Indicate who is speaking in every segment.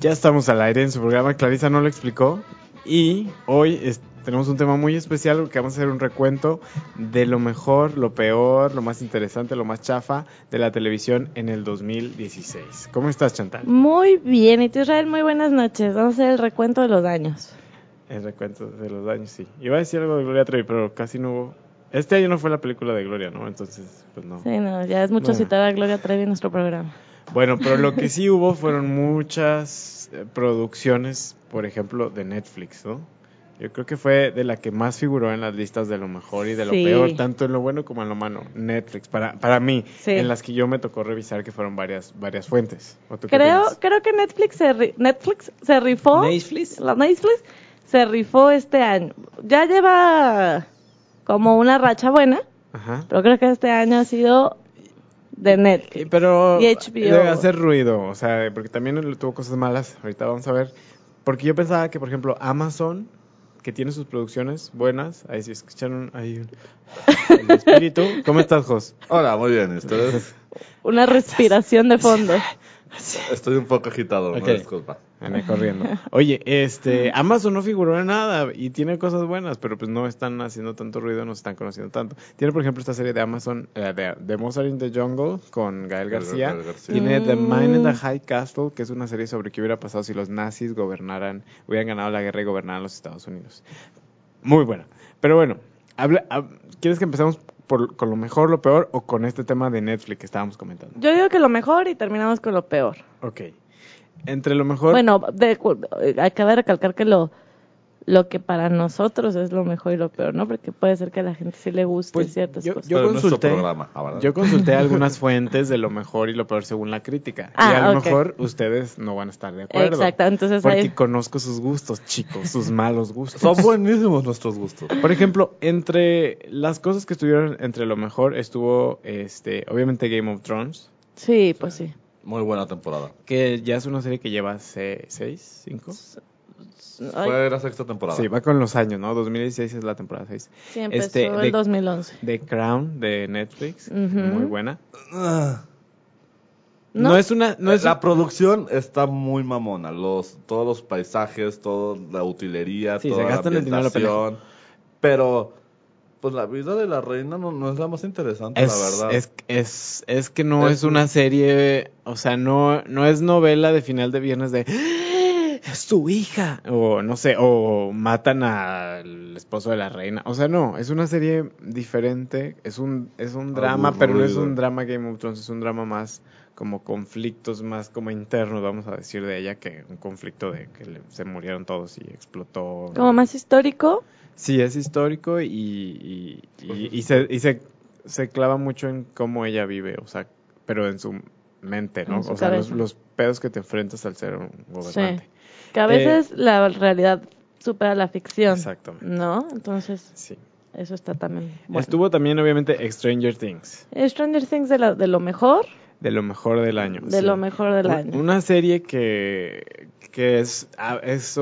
Speaker 1: Ya estamos al aire en su programa, Clarisa no lo explicó. Y hoy es- tenemos un tema muy especial que vamos a hacer un recuento de lo mejor, lo peor, lo más interesante, lo más chafa de la televisión en el 2016. ¿Cómo estás, Chantal?
Speaker 2: Muy bien, y tú Israel, muy buenas noches. Vamos a hacer el recuento de los daños.
Speaker 1: El recuento de los daños, sí. Iba a decir algo de Gloria Trevi, pero casi no hubo. Este año no fue la película de Gloria, ¿no? Entonces, pues no.
Speaker 2: Sí, no, ya es mucho
Speaker 1: Bueno.
Speaker 2: citar a Gloria Trevi en nuestro programa.
Speaker 1: Bueno, pero lo que sí hubo fueron muchas eh, producciones, por ejemplo, de Netflix, ¿no? Yo creo que fue de la que más figuró en las listas de lo mejor y de lo
Speaker 2: Sí.
Speaker 1: peor, tanto en lo bueno como en lo malo. Netflix, para, para mí,
Speaker 2: Sí.
Speaker 1: en las que yo me tocó revisar que fueron varias, varias fuentes. ¿O tú qué
Speaker 2: Creo,
Speaker 1: opinas?
Speaker 2: creo que Netflix se, ri- Netflix se rifó.
Speaker 3: Netflix.
Speaker 2: La Netflix se rifó este año. Ya lleva como una racha buena,
Speaker 1: Ajá.
Speaker 2: pero creo que este año ha sido de
Speaker 1: Y-
Speaker 2: Netflix.
Speaker 1: Pero
Speaker 2: Y HBO.
Speaker 1: debe hacer ruido, o sea, porque también él tuvo cosas malas. Ahorita vamos a ver. Porque yo pensaba que, por ejemplo, Amazon, que tiene sus producciones buenas, ahí se escucharon ahí un- el espíritu. ¿Cómo estás, Jos?
Speaker 4: Hola, muy bien. ¿y ustedes?
Speaker 2: Una respiración de fondo.
Speaker 4: Estoy un poco agitado,
Speaker 3: Ok.
Speaker 4: no disculpa.
Speaker 1: Anda corriendo. Oye, este, Amazon no figuró en nada y tiene cosas buenas, pero pues no están haciendo tanto ruido, no se están conociendo tanto. Tiene, por ejemplo, esta serie de Amazon, eh, de, de Mozart in the Jungle con Gael García.
Speaker 4: Gael García.
Speaker 1: Tiene The
Speaker 2: Mm.
Speaker 1: Mind in the High Castle, que es una serie sobre qué hubiera pasado si los nazis gobernaran, hubieran ganado la guerra y gobernaran los Estados Unidos. Muy buena. Pero bueno, habla, hab- ¿quieres que empecemos por, con lo mejor, lo peor o con este tema de Netflix que estábamos comentando?
Speaker 2: Yo digo que lo mejor y terminamos con lo peor.
Speaker 1: Ok. Entre lo mejor...
Speaker 2: Bueno, de, cu- eh, acaba de recalcar que lo, lo que para nosotros es lo mejor y lo peor, ¿no? Porque puede ser que a la gente sí le guste
Speaker 1: Pues,
Speaker 2: ciertas
Speaker 1: yo-
Speaker 2: cosas.
Speaker 1: yo-
Speaker 4: Pero en nuestro
Speaker 1: consulté-
Speaker 4: programa, ah, ¿verdad?
Speaker 1: Yo consulté algunas fuentes de lo mejor y lo peor según la crítica. y
Speaker 2: Ah,
Speaker 1: a lo
Speaker 2: ok.
Speaker 1: mejor ustedes no van a estar de acuerdo.
Speaker 2: Exacto, entonces
Speaker 1: Porque
Speaker 2: ahí-
Speaker 1: conozco sus gustos, chicos, sus malos gustos.
Speaker 4: Son buenísimos nuestros gustos.
Speaker 1: Por ejemplo, entre las cosas que estuvieron entre lo mejor estuvo, este, obviamente Game of Thrones,
Speaker 2: Sí, pues sí.
Speaker 4: Muy buena temporada.
Speaker 1: que ya es una serie que lleva se- seis, cinco.
Speaker 2: Ay,
Speaker 4: Fue la sexta temporada.
Speaker 1: Sí, va con los años, ¿no? 2016 es la temporada 6.
Speaker 2: sí, empezó
Speaker 1: este,
Speaker 2: el
Speaker 1: de-
Speaker 2: 2011.
Speaker 1: The Crown de Netflix,
Speaker 2: Ujú.
Speaker 1: muy buena.
Speaker 4: Ah,
Speaker 1: No,
Speaker 2: No.
Speaker 1: es una, no es
Speaker 4: Eh, la producción está muy mamona. Los, todos los paisajes, toda la utilería,
Speaker 1: Sí,
Speaker 4: toda
Speaker 1: se
Speaker 4: la
Speaker 1: gastan el dinero a la
Speaker 4: ambientación. Pero, pues la vida de la reina no, no es la más interesante,
Speaker 1: Es,
Speaker 4: la verdad.
Speaker 1: Es, es, es que no es,
Speaker 4: Es-
Speaker 1: una serie, o sea, no, no es novela de final de viernes de "¡Ah! es tu hija, o no sé, o matan al esposo de la reina, o sea, no, es una serie diferente, es un, es un drama, pero no es
Speaker 4: Aburrido.
Speaker 1: un drama Game of Thrones, es un drama más como conflictos más como internos, vamos a decir de ella, que un conflicto de que le- se murieron todos y explotó.
Speaker 2: Como más histórico,
Speaker 1: Sí, es histórico y, y, y- y se, y se, se clava mucho en cómo ella vive, o sea, pero en su mente, ¿no?
Speaker 2: En su
Speaker 1: o sea, los,
Speaker 2: cabeza.
Speaker 1: los pedos que te enfrentas al ser un gobernante.
Speaker 2: que a
Speaker 1: Eh,
Speaker 2: veces la realidad supera la ficción.
Speaker 1: Exactamente.
Speaker 2: ¿No? Entonces,
Speaker 1: Sí.
Speaker 2: eso está también. Bueno.
Speaker 1: Estuvo también, obviamente, Stranger Things,
Speaker 2: Stranger Things de, la- de lo mejor,
Speaker 1: de lo mejor del año.
Speaker 2: de
Speaker 1: sí.
Speaker 2: lo mejor del
Speaker 1: Un-
Speaker 2: año.
Speaker 1: Una serie que, que es, a- es-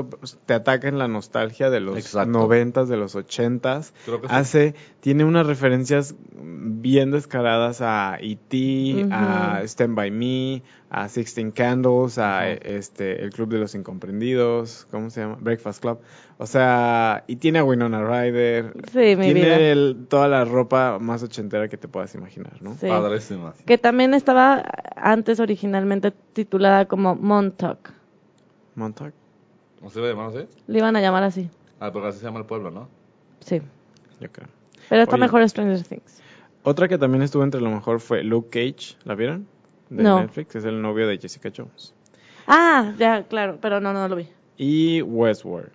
Speaker 1: te ataca en la nostalgia de los
Speaker 4: Exacto.
Speaker 1: noventas, de los ochentas.
Speaker 4: Creo que sí.
Speaker 1: hace, tiene unas referencias bien descaradas a E.T., a
Speaker 2: Ujú.
Speaker 1: Stand By Me, a Sixteen Candles, a
Speaker 4: Ajá.
Speaker 1: eh, este, el Club de los Incomprendidos, ¿cómo se llama? Breakfast Club. O sea, y tiene a Winona Ryder.
Speaker 2: Sí, mi
Speaker 1: tiene
Speaker 2: vida.
Speaker 1: el- toda la ropa más ochentera que te puedas imaginar, ¿no?
Speaker 2: Sí.
Speaker 4: Padrísima.
Speaker 2: Que también estaba antes originalmente titulada como Montauk.
Speaker 1: Montauk.
Speaker 4: ¿No se le llaman así?
Speaker 2: Le iban a llamar así.
Speaker 4: Ah, porque así se llama el pueblo, ¿no?
Speaker 2: Sí.
Speaker 1: yo creo.
Speaker 2: Pero está
Speaker 1: Oye.
Speaker 2: mejor Stranger Things.
Speaker 1: Otra que también estuvo entre lo mejor fue Luke Cage, ¿la vieron? De
Speaker 2: No.
Speaker 1: Netflix, es el novio de Jessica Jones.
Speaker 2: Ah, ya, claro, pero no, no lo vi.
Speaker 1: y Westworld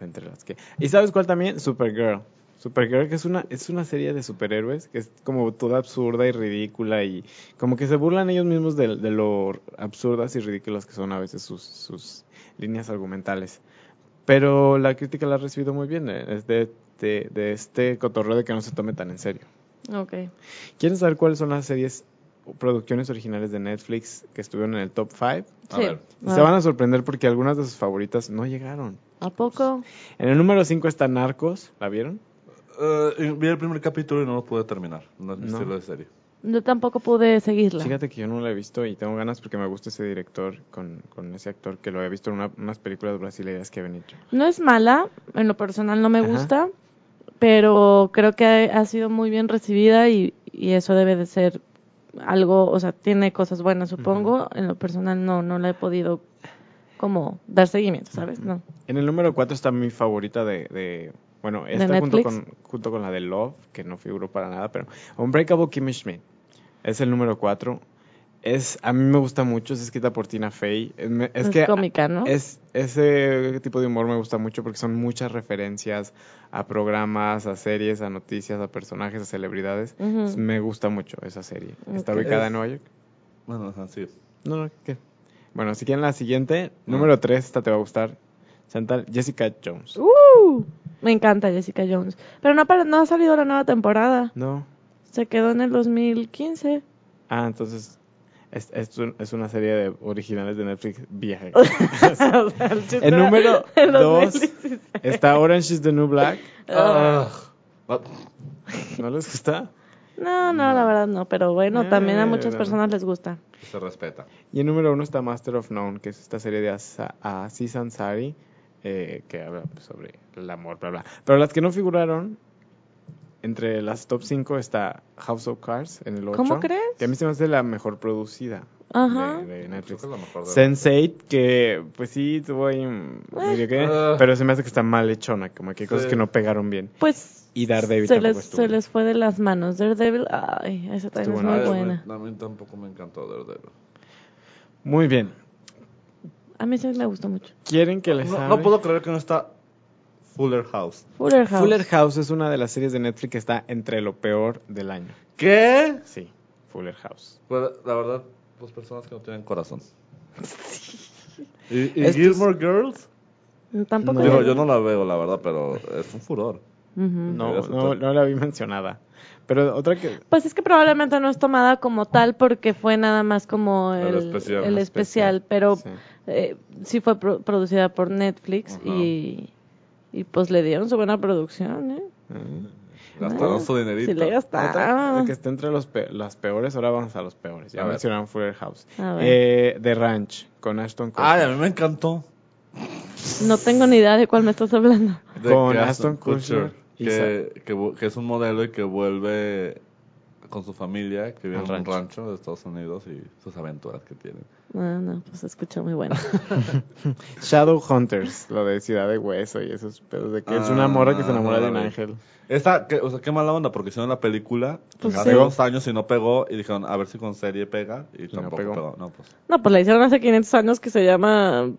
Speaker 1: entre las que y sabes cuál también Supergirl Supergirl que es una es una serie de superhéroes que es como toda absurda y ridícula y como que se burlan ellos mismos de, de lo absurdas y ridículas que son a veces sus, sus líneas argumentales pero la crítica la ha recibido muy bien eh, es de, de, de este cotorreo de que no se tome tan en serio
Speaker 2: Ok.
Speaker 1: ¿Quieren saber cuáles son las series o producciones originales de Netflix que estuvieron en el top 5?
Speaker 4: A
Speaker 2: Sí.
Speaker 4: ver.
Speaker 2: Ah.
Speaker 1: Se van a sorprender porque algunas de sus favoritas no llegaron.
Speaker 2: ¿A poco?
Speaker 1: En el número 5 está Narcos, ¿la vieron?
Speaker 4: Eh, vi el primer capítulo y no lo pude terminar. No es mi
Speaker 1: No.
Speaker 4: estilo de serie.
Speaker 2: Yo tampoco pude seguirla.
Speaker 1: Fíjate que yo no la he visto y tengo ganas porque me gusta ese director con, con ese actor que lo he visto en una- unas películas brasileñas que han hecho.
Speaker 2: No es mala, en lo personal no me
Speaker 1: Ajá.
Speaker 2: gusta, pero creo que ha, ha sido muy bien recibida y, y eso debe de ser algo, o sea, tiene cosas buenas, supongo. En lo personal no, no la he podido como dar seguimiento, ¿sabes? No.
Speaker 1: En el número 4 está mi favorita de... de- bueno,
Speaker 2: ¿De
Speaker 1: esta junto
Speaker 2: Netflix?
Speaker 1: con, junto con la de Love, que no figuró para nada, pero Unbreakable Kimmy Schmidt es el número 4. Es, a mí me gusta mucho, es escrita por Tina Fey. Es, me- es
Speaker 2: Es
Speaker 1: que
Speaker 2: cómica, ¿no?
Speaker 1: es, ese tipo de humor me gusta mucho porque son muchas referencias a programas, a series, a noticias, a personajes, a celebridades.
Speaker 2: Ujú.
Speaker 1: Entonces, Me gusta mucho esa serie. Está
Speaker 2: Mm. Ok.
Speaker 1: ubicada
Speaker 4: Es-
Speaker 1: en Nueva York.
Speaker 4: Bueno, ajá, sí.
Speaker 1: No, no, ¿qué? Bueno, si quieren la siguiente,
Speaker 4: Mm.
Speaker 1: número 3, esta te va a gustar. Chantal, Jessica Jones.
Speaker 2: ¡Uh! Me encanta Jessica Jones. Pero no, apare- no ha salido la nueva temporada.
Speaker 1: No.
Speaker 2: Se quedó en el 2015.
Speaker 1: Ah, entonces es, es, un- es una serie de originales de Netflix vieja.
Speaker 2: O sea, el chiste
Speaker 1: Pues, El
Speaker 2: era-
Speaker 1: número
Speaker 2: en
Speaker 1: 2
Speaker 2: 2016.
Speaker 1: está Orange is the New Black.
Speaker 2: Ah.
Speaker 4: Ah,
Speaker 1: ¿No les gusta?
Speaker 2: No, no, la verdad no, pero bueno, también a muchas
Speaker 1: Eh,
Speaker 2: personas les gusta.
Speaker 4: se respeta.
Speaker 1: Y en número uno está Master of None, que es esta serie de Asa- Aziz Ansari, eh, que habla pues, sobre el amor, bla, bla. Pero las que no figuraron, entre las top 5 está House of Cards en el 8.
Speaker 2: ¿Cómo crees?
Speaker 1: Que a mí se me hace la mejor producida
Speaker 2: Ajá.
Speaker 1: de, de
Speaker 4: Creo
Speaker 1: Netflix.
Speaker 4: que es la mejor de-
Speaker 1: Sense8, que pues sí, tuvo ahí un- medio que-
Speaker 4: Ah.
Speaker 1: pero se me hace que está mal hechona, como que hay cosas
Speaker 4: Sí.
Speaker 1: que no pegaron bien.
Speaker 2: Pues
Speaker 1: Y Daredevil
Speaker 2: se
Speaker 1: tampoco
Speaker 2: les,
Speaker 1: estuvo.
Speaker 2: se les fue de las manos. Daredevil, ay, esa
Speaker 1: Estuvo
Speaker 2: también es
Speaker 1: en
Speaker 2: muy
Speaker 1: Iron
Speaker 2: buena.
Speaker 4: A mí, a mí tampoco me encantó Daredevil.
Speaker 1: Muy bien.
Speaker 2: A mí sí me gustó mucho.
Speaker 1: ¿Quieren que les
Speaker 4: No,
Speaker 1: hable?
Speaker 4: no puedo creer que no está Fuller House.
Speaker 2: Fuller House.
Speaker 1: Fuller House es una de las series de Netflix que está entre lo peor del año.
Speaker 4: ¿Qué?
Speaker 1: Sí, Fuller House.
Speaker 4: Pues, la verdad, pues personas que no tienen corazón. ¿Y, y
Speaker 1: Estos-
Speaker 4: Gilmore Girls?
Speaker 2: No, Tampoco.
Speaker 1: No.
Speaker 4: Digo,
Speaker 2: le-
Speaker 4: yo no la veo, la verdad, pero es un furor.
Speaker 2: Ujú.
Speaker 1: No,
Speaker 4: Era su
Speaker 1: no,
Speaker 4: top.
Speaker 1: no la vi mencionada. Pero otra que...
Speaker 2: Pues es que probablemente no es tomada como tal porque fue nada más como el,
Speaker 4: El especial.
Speaker 2: el
Speaker 4: Un
Speaker 2: especial, pero
Speaker 1: Sí.
Speaker 2: eh, sí fue pro- producida por Netflix
Speaker 4: Ajá.
Speaker 2: y, y pues le dieron su buena producción, ¿eh?
Speaker 4: Gastaron
Speaker 2: Ah,
Speaker 4: su dinerito.
Speaker 2: Sí le
Speaker 1: Otra
Speaker 2: gastaron.
Speaker 1: que está entre los pe- las peores, ahora vamos a los peores. Ya
Speaker 4: A ver.
Speaker 1: mencionaron Fuller House.
Speaker 2: A ver. Ah,
Speaker 1: Eh, The Ranch, con Ashton Kutcher.
Speaker 4: Ay, a mí me encantó.
Speaker 2: No tengo ni idea de cuál me estás hablando.
Speaker 4: De
Speaker 1: Con
Speaker 4: que
Speaker 1: Ashton Kutcher y
Speaker 4: que, que, vu- que es un modelo y que vuelve con su familia, que vive
Speaker 1: Al
Speaker 4: en un
Speaker 1: rancho.
Speaker 4: rancho de Estados Unidos y sus aventuras que tienen.
Speaker 2: No, no, pues se escuchó muy bueno.
Speaker 1: Shadow Hunters, lo de Ciudad de Hueso y esos pedos de que es una
Speaker 4: Ah,
Speaker 1: morra que se enamora
Speaker 4: no
Speaker 1: de
Speaker 4: la
Speaker 1: un
Speaker 4: vi.
Speaker 1: ángel.
Speaker 4: Esta, que- o sea, qué mala onda, porque hicieron la película
Speaker 2: Pues
Speaker 4: hace
Speaker 2: sí.
Speaker 4: dos años y no pegó, y dijeron, a ver si con serie pega, y, tampoco
Speaker 1: pegó.
Speaker 4: pegó. No, pues.
Speaker 2: No, pues la hicieron hace 500 años que se llama.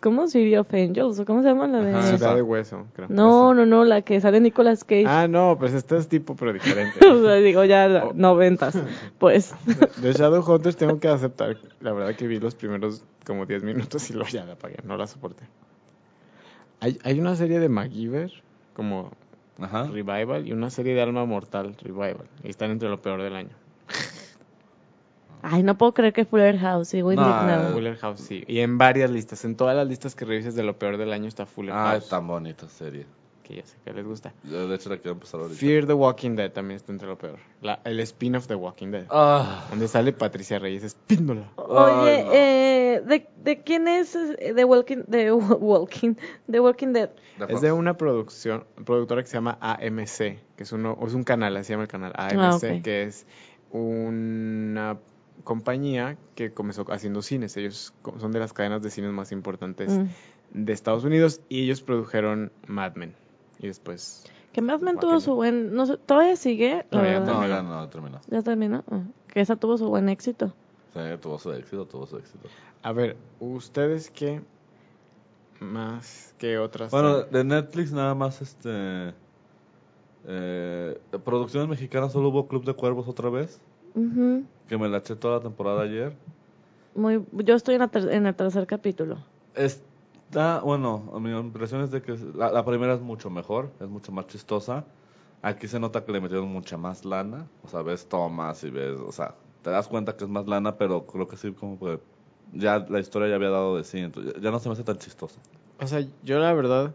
Speaker 2: ¿Cómo? City of Angels. ¿o ¿Cómo se llama la de.?
Speaker 4: Ajá.
Speaker 1: Ciudad de Hueso, creo.
Speaker 2: Ah, No, no, no, la que sale Nicolas Cage.
Speaker 1: Ah, no, pues este es tipo, pero diferente.
Speaker 2: O sea, digo, ya
Speaker 4: Oh.
Speaker 2: la- noventas. Pues.
Speaker 1: De Shadowhunters tengo que aceptar, la verdad que vi los primeros como 10 minutos y luego ya la apagué, no la soporté. Hay, hay una serie de MacGyver, como
Speaker 4: Ajá.
Speaker 1: Revival, y una serie de Alma Mortal, Revival, y están entre lo peor del año.
Speaker 2: Ay, no puedo creer que Fuller House. Sigo
Speaker 4: No,
Speaker 2: indignada.
Speaker 4: Ah.
Speaker 1: Fuller House, sí, y en varias listas, en todas las listas que revises de lo peor del año está Fuller
Speaker 4: Ah,
Speaker 1: House,
Speaker 4: es tan bonita serie.
Speaker 1: que ya sé que les gusta.
Speaker 4: Yo, de hecho, la quiero empezar ahorita.
Speaker 1: Fear the Walking Dead también está entre lo peor, La- el spin-off de Walking Dead,
Speaker 4: Ah,
Speaker 1: donde sale Patricia Reyes Espíndola.
Speaker 2: Oye,
Speaker 4: Ay, no.
Speaker 2: eh, ¿de, ¿de quién es eh, The Walking, The Walking, The Walking Dead?
Speaker 1: Es de una producción, productora que se llama AMC, que es, uno, es un canal, así se llama el canal, AMC,
Speaker 2: Ah, ok.
Speaker 1: que es una compañía que comenzó haciendo cines. Ellos co- son de las cadenas de cines más importantes
Speaker 2: Mm.
Speaker 1: de Estados Unidos y ellos produjeron Mad Men. Y después,
Speaker 2: Que más me
Speaker 1: Walking
Speaker 2: tuvo
Speaker 1: Dead.
Speaker 2: su buen. No sé, todavía sigue. La
Speaker 1: No, ya
Speaker 2: verdad.
Speaker 4: No, ya no, terminó.
Speaker 2: Ya terminó. Ah, Que esa tuvo su buen éxito.
Speaker 4: Sí, tuvo su éxito, tuvo su éxito.
Speaker 1: a ver, ¿ustedes qué más que otras?
Speaker 4: Bueno,
Speaker 1: series?
Speaker 4: de Netflix nada más, este... Eh, producciones mexicanas solo hubo Club de Cuervos otra vez,
Speaker 2: Ujú.
Speaker 4: que me la eché toda la temporada ayer.
Speaker 2: Muy, yo estoy en, la ter- en el tercer capítulo.
Speaker 4: Está, bueno, mi impresión es de que la, la primera es mucho mejor, es mucho más chistosa. Aquí se nota que le metieron mucha más lana, o sea, ves tomas y ves, o sea, te das cuenta que es más lana, pero creo que sí, como que ya la historia ya había dado de sí, entonces ya- ya no se me hace tan chistoso.
Speaker 1: O sea, yo la verdad,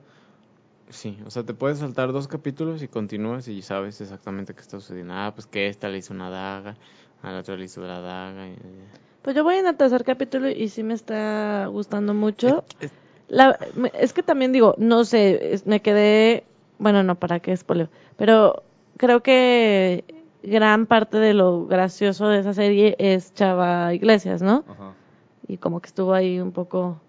Speaker 1: sí, o sea, te puedes saltar dos capítulos y continúas y sabes exactamente qué está sucediendo. Ah, pues que esta le hizo una daga, Al otro le hizo la daga. y-
Speaker 2: Pues yo voy en el tercer capítulo y sí me está gustando mucho. La- me- es que también digo, no sé, es- me quedé, bueno, no, para qué spoiler, pero creo que gran parte de lo gracioso de esa serie es Chava Iglesias, ¿no?
Speaker 4: Ajá.
Speaker 2: Y como que estuvo ahí un poco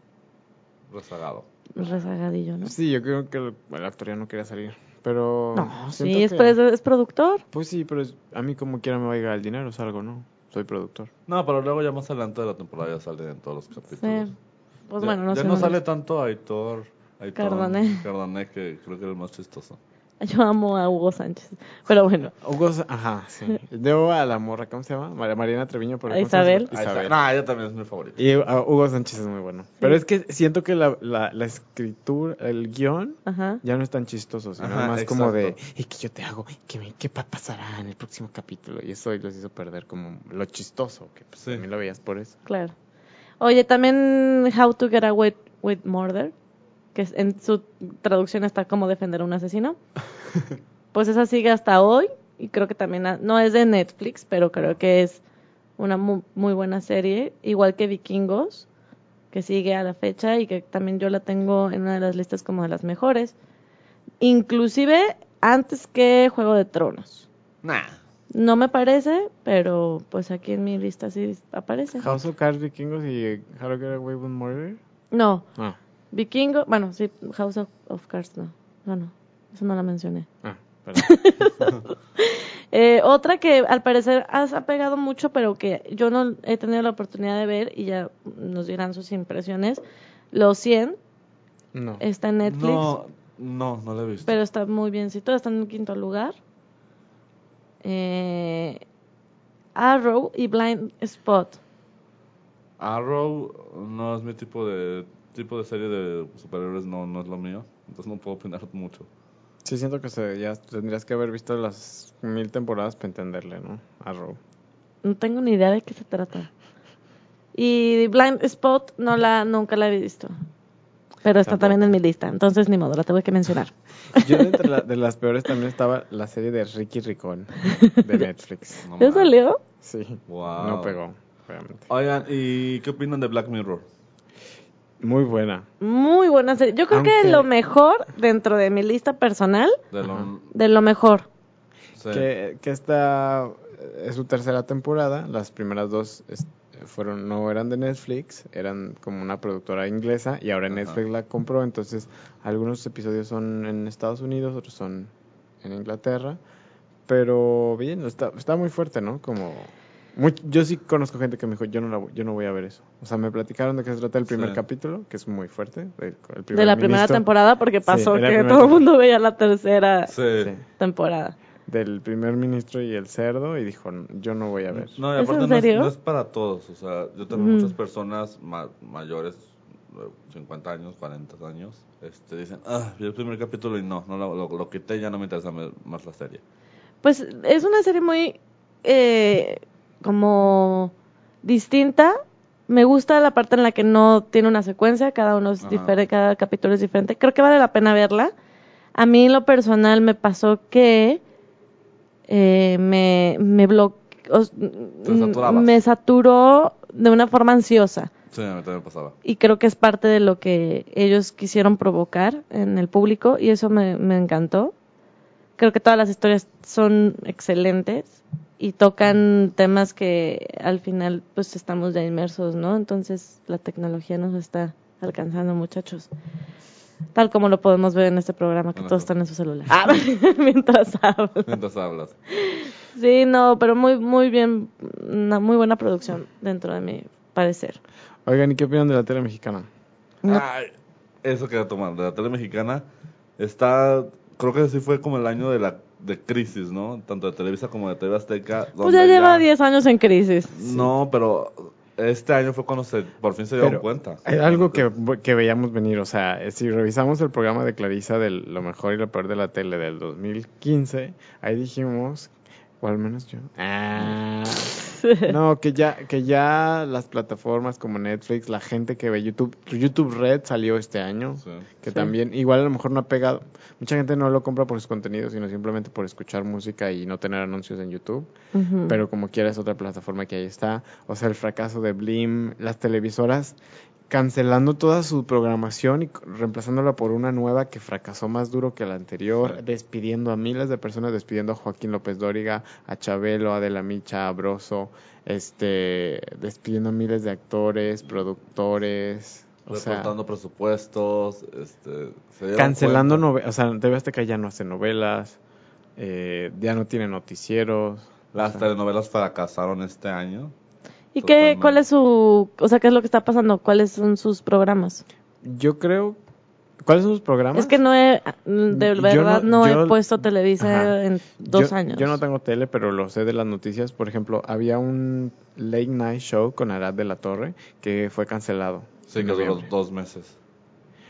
Speaker 4: Rezagado.
Speaker 2: rezagadillo, ¿no?
Speaker 1: Sí, yo creo que el, el actor ya no quería salir. Pero.
Speaker 2: No,
Speaker 1: siento
Speaker 2: sí, es,
Speaker 1: que-
Speaker 2: pre- es productor.
Speaker 1: Pues sí, pero es- a mí como quiera me va a llegar el dinero, es algo, ¿no? Soy productor.
Speaker 4: No, pero luego ya más adelante de la temporada ya salen en todos los capítulos.
Speaker 2: Sí. Pues
Speaker 4: Ya-
Speaker 2: bueno, no
Speaker 4: ya
Speaker 2: sé.
Speaker 4: no
Speaker 2: no-
Speaker 4: sale tanto Aitor. Aitor
Speaker 2: Cardané.
Speaker 4: Cardané, que creo que era el más chistoso.
Speaker 2: Yo amo a Hugo Sánchez, pero bueno.
Speaker 1: Hugo, Sa- ajá, sí. Debo a la morra, ¿cómo se llama? Mar- Mariana Treviño. Por
Speaker 2: A
Speaker 1: ¿cómo se llama?
Speaker 2: Isabel.
Speaker 4: Ahí está.
Speaker 1: Isabel.
Speaker 4: No, ella también es mi favorita.
Speaker 1: Y uh, Hugo Sánchez es muy bueno. Pero es que siento que la, la, la escritura, el guión,
Speaker 2: Ajá.
Speaker 1: ya no es tan chistoso, sino
Speaker 4: Ajá,
Speaker 1: más como de,
Speaker 4: exacto.
Speaker 1: ¿y qué yo te hago? ¿Qué, me- qué pa- pasará en el próximo capítulo? Y eso los hizo perder como lo chistoso, que pues,
Speaker 4: Sí.
Speaker 1: también lo veías por eso.
Speaker 2: Claro. Oye, también How to Get Away with Murder, que es- en su traducción está como defender a un asesino. Pues esa sigue hasta hoy y creo que también ha- no es de Netflix, pero creo que es una mu- muy buena serie, igual que Vikingos, que sigue a la fecha y que también yo la tengo en una de las listas como de las mejores, inclusive antes que Juego de Tronos.
Speaker 4: Nah.
Speaker 2: No me parece, pero pues aquí en mi lista sí aparece.
Speaker 1: House of Cards, Vikingos y eh, How to Get Away with Murder.
Speaker 2: No,
Speaker 1: Ah,
Speaker 2: Vikingo, bueno, sí, House of, of Cards, no. No, no, eso no la mencioné.
Speaker 1: ah, perdón.
Speaker 2: Eh, otra que al parecer has- ha pegado mucho, pero que yo no he tenido la oportunidad de ver y ya nos dirán sus impresiones. Los 100
Speaker 1: No.
Speaker 2: está en Netflix,
Speaker 4: No, no, no la he visto.
Speaker 2: pero está muy bien situada, está en quinto lugar. Eh, Arrow y Blind Spot.
Speaker 4: Arrow no es mi tipo de tipo de serie de superhéroes, no, no es lo mío. Entonces no puedo opinar mucho.
Speaker 1: Sí, siento que se, ya tendrías que haber visto las mil temporadas para entenderle, ¿no? A Rob.
Speaker 2: No tengo ni idea de qué se trata. Y Blind Spot no la, nunca la he visto. Pero está
Speaker 1: Tampoco.
Speaker 2: también en mi lista. Entonces, ni modo, la tuve que mencionar.
Speaker 1: Yo de entre la- de las peores también estaba la serie de Ricky Ricón de Netflix.
Speaker 4: No
Speaker 2: ¿Ya
Speaker 4: ma-
Speaker 2: salió?
Speaker 1: Sí.
Speaker 4: Wow.
Speaker 1: No pegó, obviamente.
Speaker 4: Oigan, ¿y qué opinan de Black Mirror?
Speaker 1: Muy buena.
Speaker 2: Muy buena serie. Yo creo que
Speaker 1: Aunque-
Speaker 2: lo mejor dentro de mi lista personal,
Speaker 4: De lo-
Speaker 1: Ajá.
Speaker 2: de lo mejor.
Speaker 4: sí.
Speaker 1: Que, que esta eh, es su tercera temporada. Las primeras dos es- fueron no eran de Netflix, eran como una productora inglesa y ahora
Speaker 4: Ajá.
Speaker 1: Netflix la compró. Entonces, algunos episodios son en Estados Unidos, otros son en Inglaterra. Pero bien, está, está muy fuerte, ¿no? Como. muy- yo sí conozco gente que me dijo, yo no, la voy- yo no voy a ver eso. O sea, me platicaron de qué se trata el primer
Speaker 4: Sí.
Speaker 1: capítulo, que es muy fuerte. del- el
Speaker 2: De
Speaker 1: primer
Speaker 2: la primera
Speaker 1: ministro-
Speaker 2: temporada, porque
Speaker 1: Sí,
Speaker 2: pasó
Speaker 1: de la
Speaker 2: que
Speaker 1: primera
Speaker 2: todo el
Speaker 1: temporada.
Speaker 2: mundo veía la tercera
Speaker 4: Sí.
Speaker 1: Sí.
Speaker 2: temporada.
Speaker 1: del primer ministro y el cerdo y dijo, yo no voy a ver.
Speaker 4: No, y
Speaker 2: ¿Es
Speaker 4: aparte
Speaker 2: en
Speaker 4: no es,
Speaker 2: serio?
Speaker 4: no es para todos. O sea, yo también
Speaker 2: Ujú.
Speaker 4: muchas personas ma- mayores, eh, 50 años, 40 años, este, dicen, ah, vi el primer capítulo y no, no lo, lo, lo quité, ya no me interesa me- más la serie.
Speaker 2: Pues es una serie muy eh, como distinta. Me gusta la parte en la que no tiene una secuencia, cada uno es
Speaker 4: Ajá.
Speaker 2: diferente, cada capítulo es diferente. Creo que vale la pena verla. A mí en lo personal me pasó que eh, me, me bloqueó,
Speaker 4: saturabas.
Speaker 2: me saturó de una forma ansiosa
Speaker 4: Sí, a mí también me pasaba.
Speaker 2: y creo que es parte de lo que ellos quisieron provocar en el público y eso me, me encantó. Creo que todas las historias son excelentes y tocan temas que al final pues estamos ya inmersos, ¿no? Entonces la tecnología nos está alcanzando, muchachos. Tal como lo podemos ver en este programa, que
Speaker 4: Ajá.
Speaker 2: todos están en su celular. Ah, mientras hablan.
Speaker 4: Mientras hablas.
Speaker 2: Sí, no, pero muy, muy bien, una muy buena producción dentro de mi parecer.
Speaker 1: Oigan, ¿y qué opinan de la tele mexicana?
Speaker 4: Ay, eso quería tomar. De la tele mexicana está, creo que sí fue como el año de la de crisis, ¿no? Tanto de Televisa como de TV Azteca.
Speaker 2: Pues
Speaker 4: donde
Speaker 2: ya lleva 10 años en crisis.
Speaker 4: No, pero este año fue cuando se, por fin se dieron
Speaker 1: Pero
Speaker 4: cuenta.
Speaker 1: Era algo que, que veíamos venir, o sea, eh, si revisamos el programa de Clarisa de lo mejor y lo peor de la tele del 2015, ahí dijimos, o al menos yo, ah, No, que ya, que ya las plataformas como Netflix, la gente que ve YouTube, YouTube Red salió este año,
Speaker 4: Sí.
Speaker 1: que
Speaker 2: Sí.
Speaker 1: también igual a lo mejor no ha pegado. Mucha gente no lo compra por sus contenidos, sino simplemente por escuchar música y no tener anuncios en YouTube.
Speaker 2: Ujú.
Speaker 1: Pero como quieras, otra plataforma que ahí está. O sea, el fracaso de Blim, las televisoras cancelando toda su programación y c- reemplazándola por una nueva que fracasó más duro que la anterior,
Speaker 4: Sí.
Speaker 1: despidiendo a miles de personas, despidiendo a Joaquín López Dóriga, a Chabelo, a Adela Micha, a Broso, este, despidiendo a miles de actores, productores, o sea,
Speaker 4: Recortando presupuestos, este, se dieron
Speaker 1: cancelando
Speaker 4: cuenta.
Speaker 1: novelas, o sea, TV Azteca ya no hace novelas, eh, ya no tiene noticieros,
Speaker 4: Las telenovelas fracasaron este año.
Speaker 2: ¿Y
Speaker 1: pues,
Speaker 2: qué,
Speaker 4: Totalmente.
Speaker 2: cuál es su, o sea, qué es lo que está pasando? ¿Cuáles son sus programas?
Speaker 1: Yo creo. ¿Cuáles son sus programas?
Speaker 2: Es que no he, de
Speaker 1: Yo
Speaker 2: verdad
Speaker 1: no-
Speaker 2: no,
Speaker 1: yo-
Speaker 2: he puesto Televisa
Speaker 1: Ajá.
Speaker 2: en dos
Speaker 1: yo,
Speaker 2: años.
Speaker 1: Yo no tengo tele, pero lo sé de las noticias. Por ejemplo, había un late night show con Arad de la Torre que fue cancelado.
Speaker 4: Sí,
Speaker 1: en
Speaker 4: que duró
Speaker 1: noviembre.
Speaker 4: dos meses.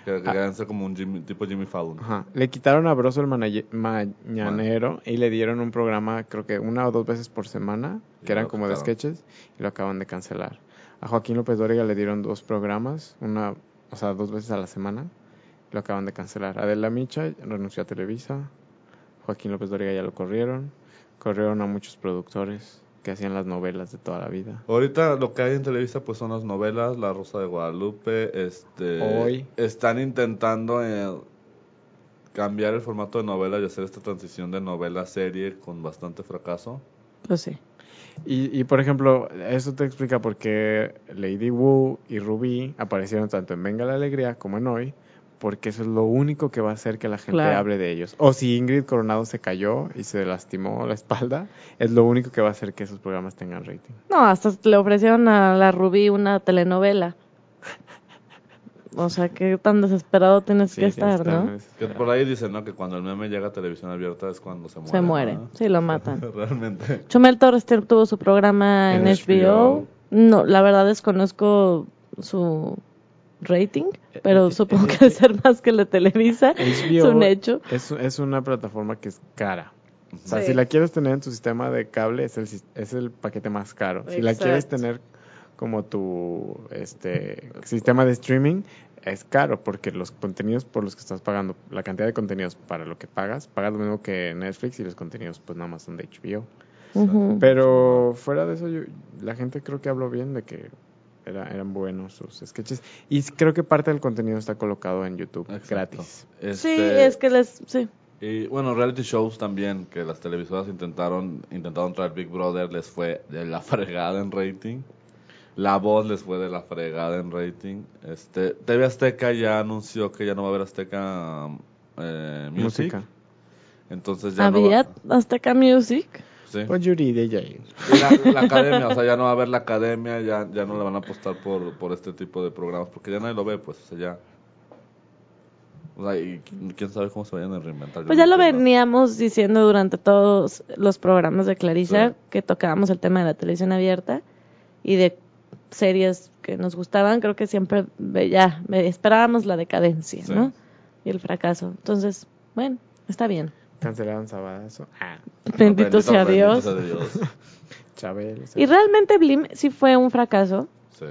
Speaker 4: Que que
Speaker 1: Ah.
Speaker 4: querían ser como un Jimmy- tipo Jimmy Fallon.
Speaker 1: Ajá. Le quitaron a Broso el manaye- mañanero y le dieron un programa, creo que una o dos veces por semana,
Speaker 4: Y
Speaker 1: que eran
Speaker 4: lo
Speaker 1: como de
Speaker 4: quitaron.
Speaker 1: sketches, y lo acaban de cancelar. A Joaquín López Dóriga le dieron dos programas, una, o sea, dos veces a la semana, lo acaban de cancelar. Adela Micha renunció a Televisa, Joaquín López Dóriga ya lo corrieron, corrieron a muchos productores que hacían las novelas de toda la vida.
Speaker 4: Ahorita lo que hay en Televisa pues son las novelas, La Rosa de Guadalupe, este...
Speaker 1: Hoy.
Speaker 4: Están intentando eh, cambiar el formato de novela y hacer esta transición de novela-serie con bastante fracaso.
Speaker 2: Pues sí.
Speaker 1: Y, y, por ejemplo, eso te explica por qué Lady Wu y Ruby aparecieron tanto en Venga la Alegría como en Hoy, porque eso es lo único que va a hacer que la gente
Speaker 2: Claro.
Speaker 1: hable de ellos. O si Ingrid Coronado se cayó y se lastimó la espalda, es lo único que va a hacer que esos programas tengan rating.
Speaker 2: No, hasta le ofrecieron a la Rubí una telenovela. O sea, qué tan desesperado tienes
Speaker 1: Sí,
Speaker 2: Pues que
Speaker 1: ya
Speaker 2: estar,
Speaker 1: están
Speaker 2: ¿no?
Speaker 1: es-
Speaker 4: Que por ahí dicen, ¿no? Que cuando el meme llega a televisión abierta es cuando se muere.
Speaker 2: Se muere,
Speaker 4: ¿no?
Speaker 2: sí, lo matan.
Speaker 4: Realmente.
Speaker 2: Chumel Torres te- tuvo su programa
Speaker 1: En
Speaker 2: en, HBO.
Speaker 1: HBO.
Speaker 2: No, la verdad desconozco su rating,
Speaker 1: Eh,
Speaker 2: pero supongo que debe ser más que la Televisa. Es
Speaker 1: HBO
Speaker 2: un hecho.
Speaker 1: Es, es una plataforma que es cara. O sea,
Speaker 2: Sí.
Speaker 1: si la quieres tener en tu sistema de cable, es el, sis- es el paquete más caro. Si la quieres
Speaker 2: Exacto.
Speaker 1: tener como tu este sistema de streaming, es caro porque los contenidos por los que estás pagando, la cantidad de contenidos para lo que pagas, pagas lo mismo que Netflix y los contenidos pues nada más son de HBO.
Speaker 2: Ujú.
Speaker 1: Pero fuera de eso, yo- la gente creo que habló bien de que era- eran buenos sus sketches. Y creo que parte del contenido está colocado en YouTube
Speaker 4: Exacto.
Speaker 1: gratis.
Speaker 2: Sí,
Speaker 4: Este,
Speaker 2: es que les... Sí.
Speaker 4: Y bueno, reality shows también, que las televisoras intentaron, intentaron traer Big Brother, les fue de la fregada en rating. La voz les fue de la fregada en rating. Este, TV Azteca ya anunció que ya no va a haber Azteca eh, Music.
Speaker 1: Música.
Speaker 4: Entonces pues ya
Speaker 2: Había
Speaker 4: no va,
Speaker 2: Azteca Music.
Speaker 4: sí.
Speaker 1: Pues Yuri de Jail.
Speaker 4: Y la, la academia, o sea, ya no va a haber la academia, ya, ya no le van a apostar por, por este tipo de programas, porque ya nadie lo ve, pues, o sea, ya. O sea, y qui- quién sabe cómo se vayan a reinventar. yo
Speaker 2: Pues
Speaker 4: no
Speaker 2: ya lo
Speaker 4: entiendo.
Speaker 2: veníamos diciendo durante todos los programas de Clarisa
Speaker 4: Sí.
Speaker 2: que tocábamos el tema de la televisión abierta y de series que nos gustaban. Creo que siempre ve- ya ve- esperábamos la decadencia,
Speaker 4: Sí.
Speaker 2: ¿no? Y el fracaso. Entonces, bueno, está bien.
Speaker 1: Cancelaron Sabadazo. Ah,
Speaker 2: Bendito sea
Speaker 4: bendito
Speaker 2: Dios.
Speaker 4: sea Dios.
Speaker 1: Chabelo.
Speaker 2: Y realmente Blim sí fue un fracaso.
Speaker 4: Sí.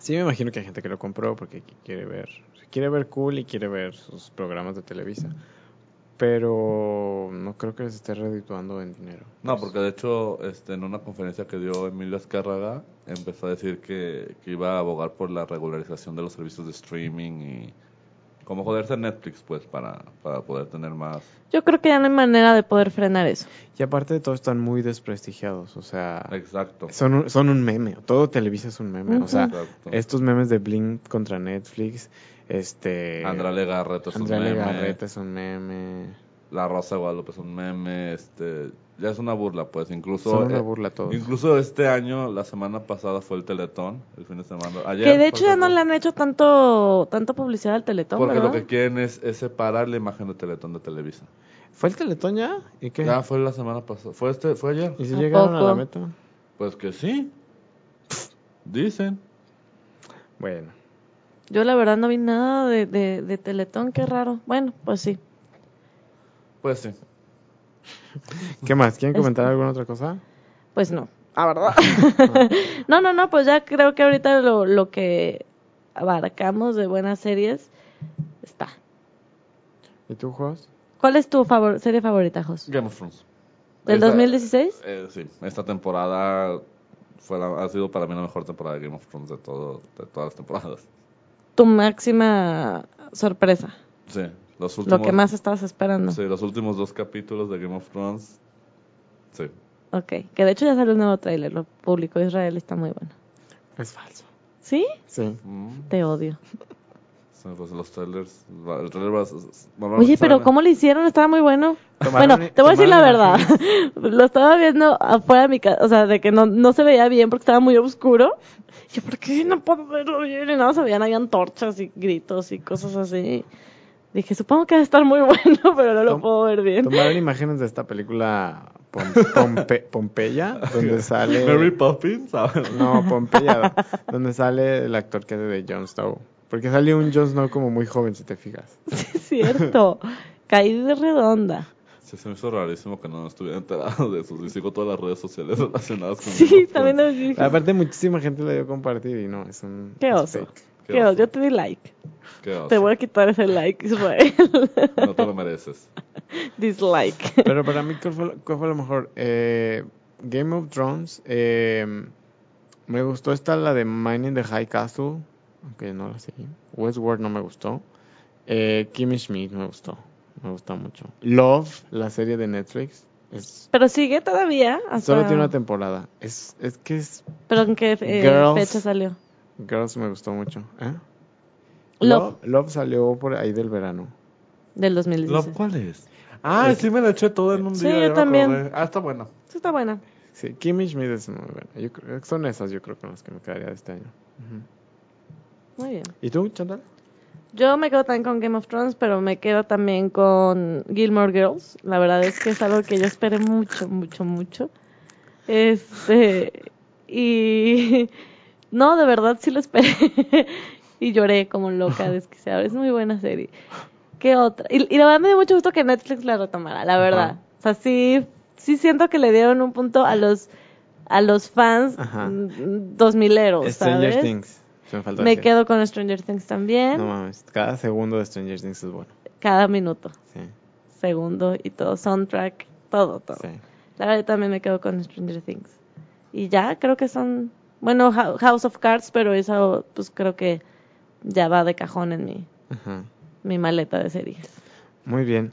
Speaker 1: Sí, me imagino que hay gente que lo compró porque qu- quiere ver, quiere ver cool y quiere ver sus programas de Televisa. Pero no creo que les esté redituando en dinero.
Speaker 4: No, porque de hecho, este, en una conferencia que dio Emilio Azcárraga, empezó a decir que, que iba a abogar por la regularización de los servicios de streaming y como joderse Netflix, pues, para, para poder tener más.
Speaker 2: Yo creo que ya no hay manera de poder frenar eso.
Speaker 1: Y aparte de todo, están muy desprestigiados. O sea,
Speaker 4: Exacto.
Speaker 1: son un, son un meme. Todo Televisa es un meme. Ah. O sea,
Speaker 4: Exacto.
Speaker 1: estos memes de Blink contra Netflix, este...
Speaker 4: Andrale Garrett es un
Speaker 1: Andrea
Speaker 4: meme.
Speaker 1: Legarreta es un meme.
Speaker 4: La Rosa de Guadalupe es un meme, este, ya es una burla, pues, incluso...
Speaker 1: Son una
Speaker 4: eh,
Speaker 1: burla todos.
Speaker 4: Incluso este año, la semana pasada fue el Teletón, el fin de semana. Ayer,
Speaker 2: que de
Speaker 4: por
Speaker 2: hecho ya no
Speaker 4: ejemplo,
Speaker 2: le han hecho tanto, tanto publicidad al Teletón,
Speaker 4: Porque
Speaker 2: ¿verdad?
Speaker 4: lo que quieren es, es separar la imagen de Teletón de Televisa.
Speaker 1: ¿Fue el Teletón ya? ¿Y qué?
Speaker 4: Ya fue la semana pasada. ¿Fue este? ¿Fue ayer?
Speaker 1: ¿Y si
Speaker 2: ¿A
Speaker 1: llegaron a la
Speaker 2: poco?
Speaker 1: meta?
Speaker 4: Pues que sí. Dicen.
Speaker 1: Bueno.
Speaker 2: Yo la verdad no vi nada de, de, de Teletón, qué raro. Bueno, pues sí.
Speaker 4: Pues sí.
Speaker 1: ¿Qué más? ¿Quieren
Speaker 2: Este-
Speaker 1: comentar alguna otra cosa?
Speaker 2: Pues no. Ah, ¿verdad? no, no, no, pues ya creo que ahorita lo, lo que abarcamos de buenas series está.
Speaker 1: ¿Y tú, Jos?
Speaker 2: ¿Cuál es tu favor- serie favorita, Jos?
Speaker 4: Game of Thrones.
Speaker 2: ¿Del
Speaker 4: Esta-
Speaker 2: 2016?
Speaker 4: eh, sí, esta temporada fue la- ha sido para mí la mejor temporada de Game of Thrones de, todo, de todas las temporadas.
Speaker 2: Tu máxima sorpresa.
Speaker 4: Sí, los últimos,
Speaker 2: Lo que más estabas esperando.
Speaker 4: Sí, los últimos dos capítulos de Game of Thrones. Sí.
Speaker 2: Ok. Que de hecho ya salió un nuevo tráiler. Lo publicó Israel. Está muy bueno.
Speaker 1: Es falso.
Speaker 2: ¿Sí?
Speaker 1: Sí.
Speaker 4: Mm,
Speaker 2: Te odio.
Speaker 4: sí, pues los trailers. va- El trailer va, normalmente
Speaker 2: Oye, pero
Speaker 4: sale-
Speaker 2: ¿cómo lo hicieron? Estaba muy bueno.
Speaker 1: Tomaron
Speaker 2: bueno,
Speaker 1: i-
Speaker 2: te voy a decir la
Speaker 1: tomaron
Speaker 2: verdad. lo estaba viendo afuera de mi casa, o sea, de que no, no se veía bien porque estaba muy oscuro. Yo, ¿por qué no puedo verlo bien? Y nada, se veían, habían torchas y gritos y cosas así. Dije, supongo que va a estar muy bueno, pero no lo
Speaker 1: Tom-
Speaker 2: puedo ver bien.
Speaker 1: Tomaron imágenes de esta película Pom- Pompe- Pompeya, donde sale...
Speaker 4: Mary Poppins, ¿sabes?
Speaker 1: No, Pompeya, donde sale el actor que hace de Jon Snow. Porque salió un Jon Snow como muy joven, si te fijas.
Speaker 2: Sí, es cierto. Caí de redonda.
Speaker 4: Sí, se me hizo rarísimo que no estuviera enterado de eso. Y sigo todas las redes sociales relacionadas con Game
Speaker 2: Sí,
Speaker 4: of Thrones.
Speaker 2: también lo dije.
Speaker 1: Aparte, muchísima gente le dio compartir y no, es un...
Speaker 2: Qué
Speaker 1: es
Speaker 2: oso.
Speaker 1: fake.
Speaker 4: Qué
Speaker 2: Qué
Speaker 4: oso.
Speaker 2: oso. Yo te di like.
Speaker 4: Qué
Speaker 1: Oh,
Speaker 4: oso.
Speaker 2: Te voy a quitar ese like, Israel.
Speaker 4: No te lo mereces.
Speaker 2: Dislike.
Speaker 1: Pero para mí, ¿cuál fue, lo- cuál fue lo mejor? Eh, Game of Thrones. eh, me gustó esta, la de Mining the High Castle. Aunque no la seguí. Westworld no me gustó. Eh, Kimmy Schmidt me gustó. Me gustó mucho. Love, la serie de Netflix. es-
Speaker 2: Pero sigue todavía. Hasta...
Speaker 1: solo tiene una temporada. Es, es que es.
Speaker 2: ¿Pero en qué eh,
Speaker 1: Girls.
Speaker 2: fecha salió?
Speaker 1: Girls me gustó mucho. ¿Eh?
Speaker 2: Love.
Speaker 1: Love salió por ahí del verano.
Speaker 2: Del
Speaker 4: ¿Lo
Speaker 2: 2016.
Speaker 4: cuál es? Ah, sí me la eché toda en un
Speaker 2: Sí,
Speaker 4: día.
Speaker 2: yo
Speaker 4: ya me
Speaker 2: también.
Speaker 4: acordé. Ah, está bueno.
Speaker 2: Sí, está buena.
Speaker 1: Sí, Kimmy Schmidt es muy buena. Yo creo- son esas, yo creo, con las que me quedaría de este año. Ujú.
Speaker 2: Muy bien.
Speaker 1: ¿Y tú, Chantal?
Speaker 2: Yo me quedo también con Game of Thrones, pero me quedo también con Gilmore Girls. La verdad es que es algo que yo esperé mucho, mucho, mucho. Este. Y. No, de verdad sí lo esperé. y lloré como loca, desquiciada. Es muy buena serie. ¿Qué otra? Y, y la verdad me dio mucho gusto que Netflix la retomara, la verdad.
Speaker 1: Ajá.
Speaker 2: O sea, sí, sí siento que le dieron un punto a los, a los fans
Speaker 1: Ajá.
Speaker 2: mm, dos mileros,
Speaker 1: Stranger
Speaker 2: ¿sabes?
Speaker 1: Things. Se me faltó
Speaker 2: Me
Speaker 1: decir.
Speaker 2: quedo con Stranger Things también.
Speaker 1: No mames, cada segundo de Stranger Things es bueno.
Speaker 2: Cada minuto,
Speaker 1: Sí,
Speaker 2: segundo y todo. Soundtrack, todo, todo.
Speaker 1: sí.
Speaker 2: La verdad también me quedo con Stranger Things. Y ya, creo que son... Bueno, Hou- House of Cards, pero eso pues creo que ya va de cajón en mi,
Speaker 1: Ajá.
Speaker 2: mi maleta de series.
Speaker 1: Muy bien.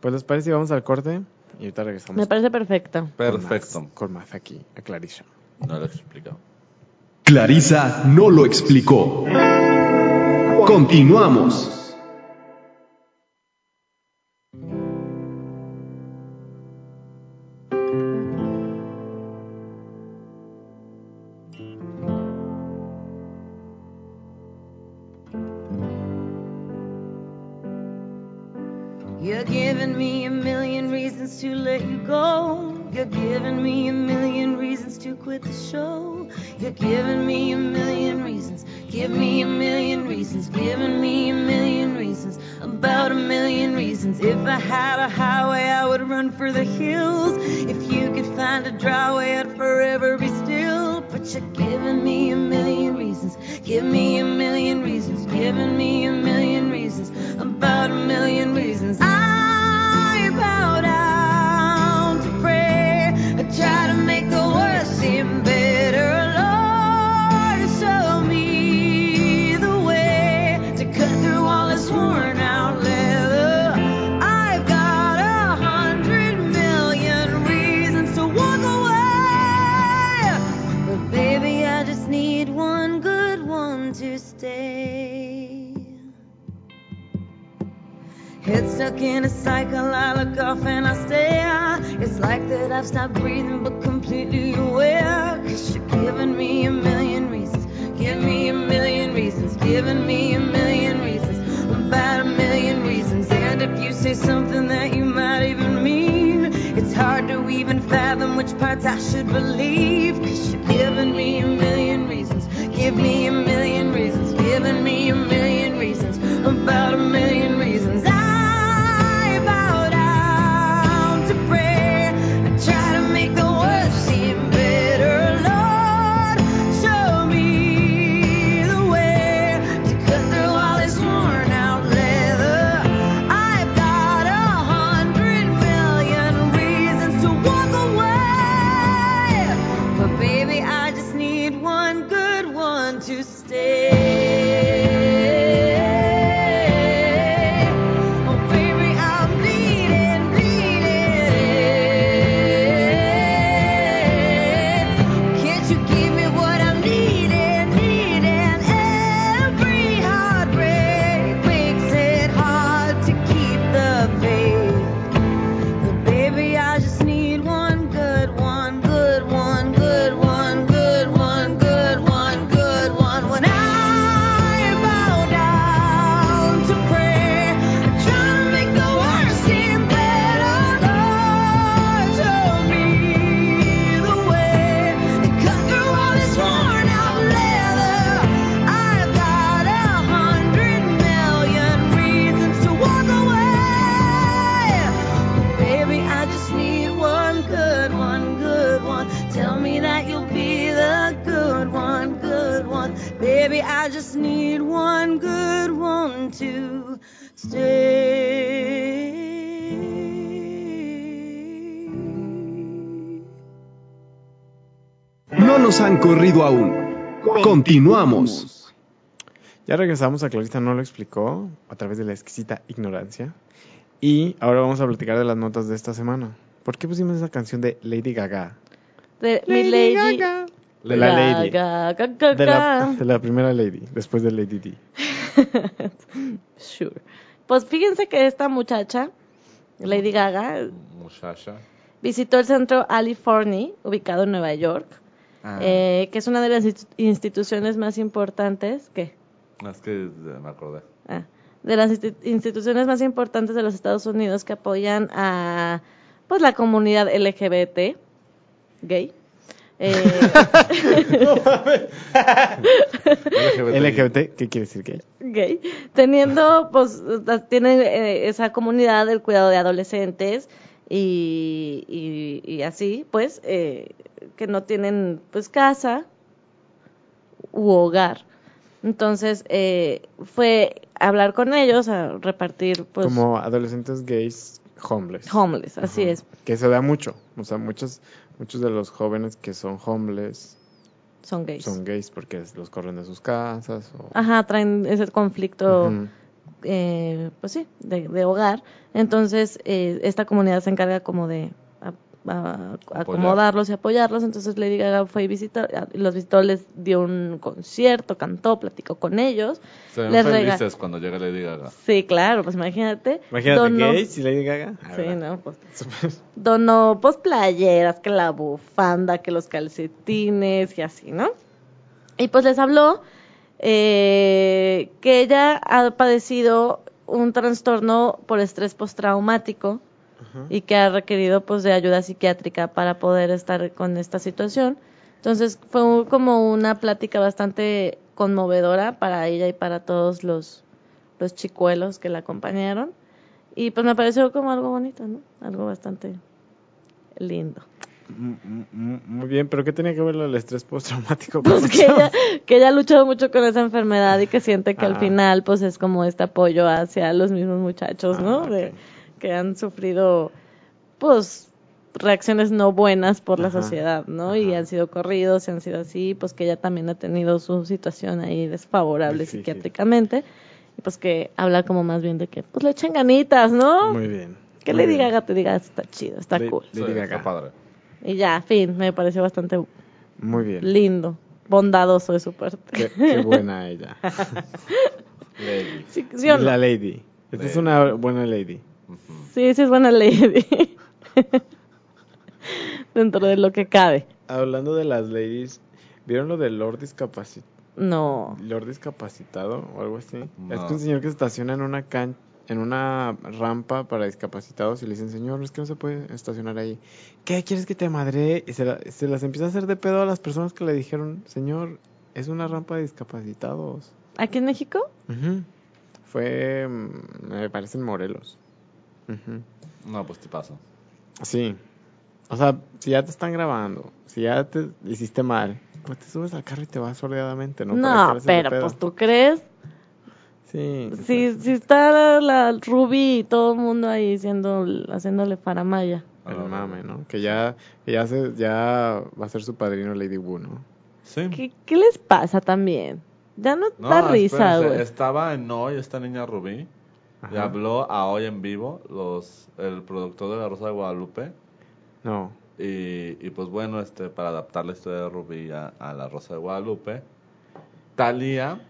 Speaker 1: Pues les parece, si vamos al corte y ahorita regresamos.
Speaker 2: Me parece perfecto.
Speaker 1: con más-
Speaker 4: Perfecto.
Speaker 1: Con más aquí, a Clarissa.
Speaker 4: No lo he explicado.
Speaker 3: Clarisa no lo explicó. Continuamos.
Speaker 5: You're giving me a million reasons to let you go. You're giving me a million reasons to quit the show. You're giving me a million reasons. Give me a million reasons. Giving me a million reasons. About a million reasons. If I had a highway, I would run for the hills. If you could find a dry way, I'd forever be still. But you're giving me a million reasons. Give me a million reasons. Giving me a million reasons. About a million reasons. I bow down to prayer. I try to make the worst seem better. Lord, show me the way to cut through all this worn out leather. I've got a hundred million reasons to walk away. But baby, I just need one good one to stay. Head stuck in a cycle, I look off and I stare. It's like that I've stopped breathing, but completely aware. Cause you're giving me a million reasons. Give me a million reasons. Giving me a million reasons. About a million reasons. And if you say something that you might even mean, it's hard to even fathom which parts I should believe. Cause you're giving me a million reasons. Give me a million reasons. Giving me a million reasons. About a million reasons. I bow down to prayer. I try to make the worst seem better. I just need one good one to stay. Oh, baby, I'm bleeding, bleeding. Can't you give me what I'm needing, needing? Every heartbreak makes it hard to keep the faith. But baby, I just need one good one, good one, good one, good one, good one, good one. When I bow down to prayer, I try to make the worst seem better. Lord, show me the way. And cut through all this worn out leather. I've got a hundred million reasons to walk away. Baby, I just need one good one, good one. Tell me that you'll be the good one, good one. Baby, I just need one good one to stay.
Speaker 3: No nos han corrido aún. Continuamos.
Speaker 1: Ya regresamos a Clarita no lo explicó a través de la exquisita ignorancia. Y ahora vamos a platicar de las notas de esta semana. ¿Por qué pusimos esa canción de Lady Gaga?
Speaker 2: De mi lady.
Speaker 1: De la Lady.
Speaker 2: Gaga, gaga,
Speaker 1: De la,
Speaker 2: gaga.
Speaker 1: de la primera Lady, después de Lady D.
Speaker 2: Sure. Pues fíjense que esta muchacha, Lady Gaga,
Speaker 4: Muchacha.
Speaker 2: visitó el centro California, ubicado en Nueva York,
Speaker 4: Ah,
Speaker 2: eh, que es una de las institu- instituciones más importantes que
Speaker 4: Es que eh, me acordé.
Speaker 2: Ah, de las insti- instituciones más importantes de los Estados Unidos que apoyan a pues la comunidad LGBT gay. Eh,
Speaker 4: LGBT.
Speaker 1: LGBT, ¿qué quiere decir gay?
Speaker 2: gay, teniendo, pues, la- tienen eh, esa comunidad del cuidado de adolescentes y, y- y así, pues, eh, que no tienen, pues, casa u hogar. Entonces, eh, fue a hablar con ellos, a repartir, pues,
Speaker 1: Como adolescentes gays homeless.
Speaker 2: homeless, así es.
Speaker 1: Que se da mucho. O sea, muchos, muchos de los jóvenes que son homeless
Speaker 2: Son gays. Ah,
Speaker 1: son gays porque es- los corren de sus casas. O,
Speaker 2: Ajá, traen ese conflicto,
Speaker 1: Ujú.
Speaker 2: eh, pues sí, de, de hogar. Entonces, eh, esta comunidad se encarga como de a- a- acomodarlos y apoyarlos. Entonces, Lady Gaga fue y visitó, a- los visitó, les dio un concierto, cantó, platicó con ellos.
Speaker 4: Se ven
Speaker 2: les rega-
Speaker 4: felices cuando llega Lady Gaga.
Speaker 2: Sí, claro, pues imagínate.
Speaker 1: Imagínate
Speaker 2: Donó-
Speaker 1: gays y Lady Gaga. Ah,
Speaker 2: Sí,
Speaker 1: ¿verdad?
Speaker 2: no, pues.
Speaker 1: Súper.
Speaker 2: Donó, pues, playeras, que la bufanda, que los calcetines y así, ¿no? Y pues les habló eh, que ella ha padecido un trastorno por estrés postraumático y que ha requerido pues de ayuda psiquiátrica para poder estar con esta situación. Entonces fue un- como una plática bastante conmovedora para ella y para todos los, los chicuelos que la acompañaron. Y pues me pareció como algo bonito, ¿no? Algo bastante lindo.
Speaker 1: Mm, mm, mm, Muy bien, pero ¿qué tenía que ver lo del estrés postraumático?
Speaker 2: Pues que ella, que ella ha luchado mucho con esa enfermedad y que siente que al
Speaker 1: Ah.
Speaker 2: final pues es como este apoyo hacia los mismos muchachos, ¿no?
Speaker 1: Ah,
Speaker 2: De,
Speaker 1: ok.
Speaker 2: que han sufrido pues reacciones no buenas por la
Speaker 1: Ajá,
Speaker 2: sociedad, ¿no? Y
Speaker 1: ajá.
Speaker 2: han sido corridos, y han sido así, pues que ella también ha tenido su situación ahí desfavorable
Speaker 1: Difícil.
Speaker 2: psiquiátricamente. Y pues que habla como más bien de que pues le echen ganitas, ¿no?
Speaker 1: Muy bien.
Speaker 2: que
Speaker 1: muy
Speaker 2: le diga
Speaker 1: bien.
Speaker 2: te diga está chido, está
Speaker 1: Le-
Speaker 2: cool.
Speaker 1: Lady
Speaker 4: Sí,
Speaker 1: Gaga.
Speaker 4: Está padre.
Speaker 2: Y ya, fin, me pareció bastante
Speaker 1: Muy bien.
Speaker 2: lindo, bondadoso de su parte.
Speaker 1: Qué, qué buena ella.
Speaker 4: Lady.
Speaker 2: Sí, sí o no?
Speaker 1: La Lady. Esta es
Speaker 4: Lady.
Speaker 1: una buena Lady.
Speaker 2: Sí, sí es buena lady. Dentro de lo que cabe.
Speaker 1: Hablando de las ladies, ¿vieron lo del Lord, discapaci-
Speaker 2: No.
Speaker 1: Lord discapacitado o algo así?
Speaker 4: No.
Speaker 1: Es que un señor que se estaciona en una can en una rampa para discapacitados y le dicen, señor, es que no se puede estacionar ahí. ¿Qué quieres que te madre? Y se, la- se las empieza a hacer de pedo a las personas que le dijeron, señor, es una rampa de discapacitados.
Speaker 2: ¿Aquí en México?
Speaker 1: Ujú. Fue, mm, me parece, en Morelos. Ujú.
Speaker 4: No, pues te paso.
Speaker 1: Sí. O sea, si ya te están grabando, si ya te hiciste mal, pues te subes al carro y te vas sordeadamente, ¿no?
Speaker 2: No,
Speaker 1: ¿Para qué le haces de
Speaker 2: pero
Speaker 1: pedo?
Speaker 2: pues tú crees.
Speaker 1: Sí. o
Speaker 2: Si, si está la Ruby y todo el mundo ahí haciendo, haciéndole paramaya.
Speaker 4: Ah,
Speaker 1: sea, El mame, ¿no? Que ya, que ya, se, ya va a ser su padrino Lady Wu, ¿no?
Speaker 4: Sí.
Speaker 2: ¿Qué, qué les pasa también? Ya no,
Speaker 4: No,
Speaker 2: da risa,
Speaker 4: espérense,
Speaker 2: güey.
Speaker 4: Estaba en hoy esta niña Rubí y
Speaker 1: Ajá.
Speaker 4: habló a hoy en vivo los el productor de La Rosa de Guadalupe
Speaker 1: No.
Speaker 4: y, y pues bueno, este para adaptar la historia de Rubí a, a La Rosa de Guadalupe, Talía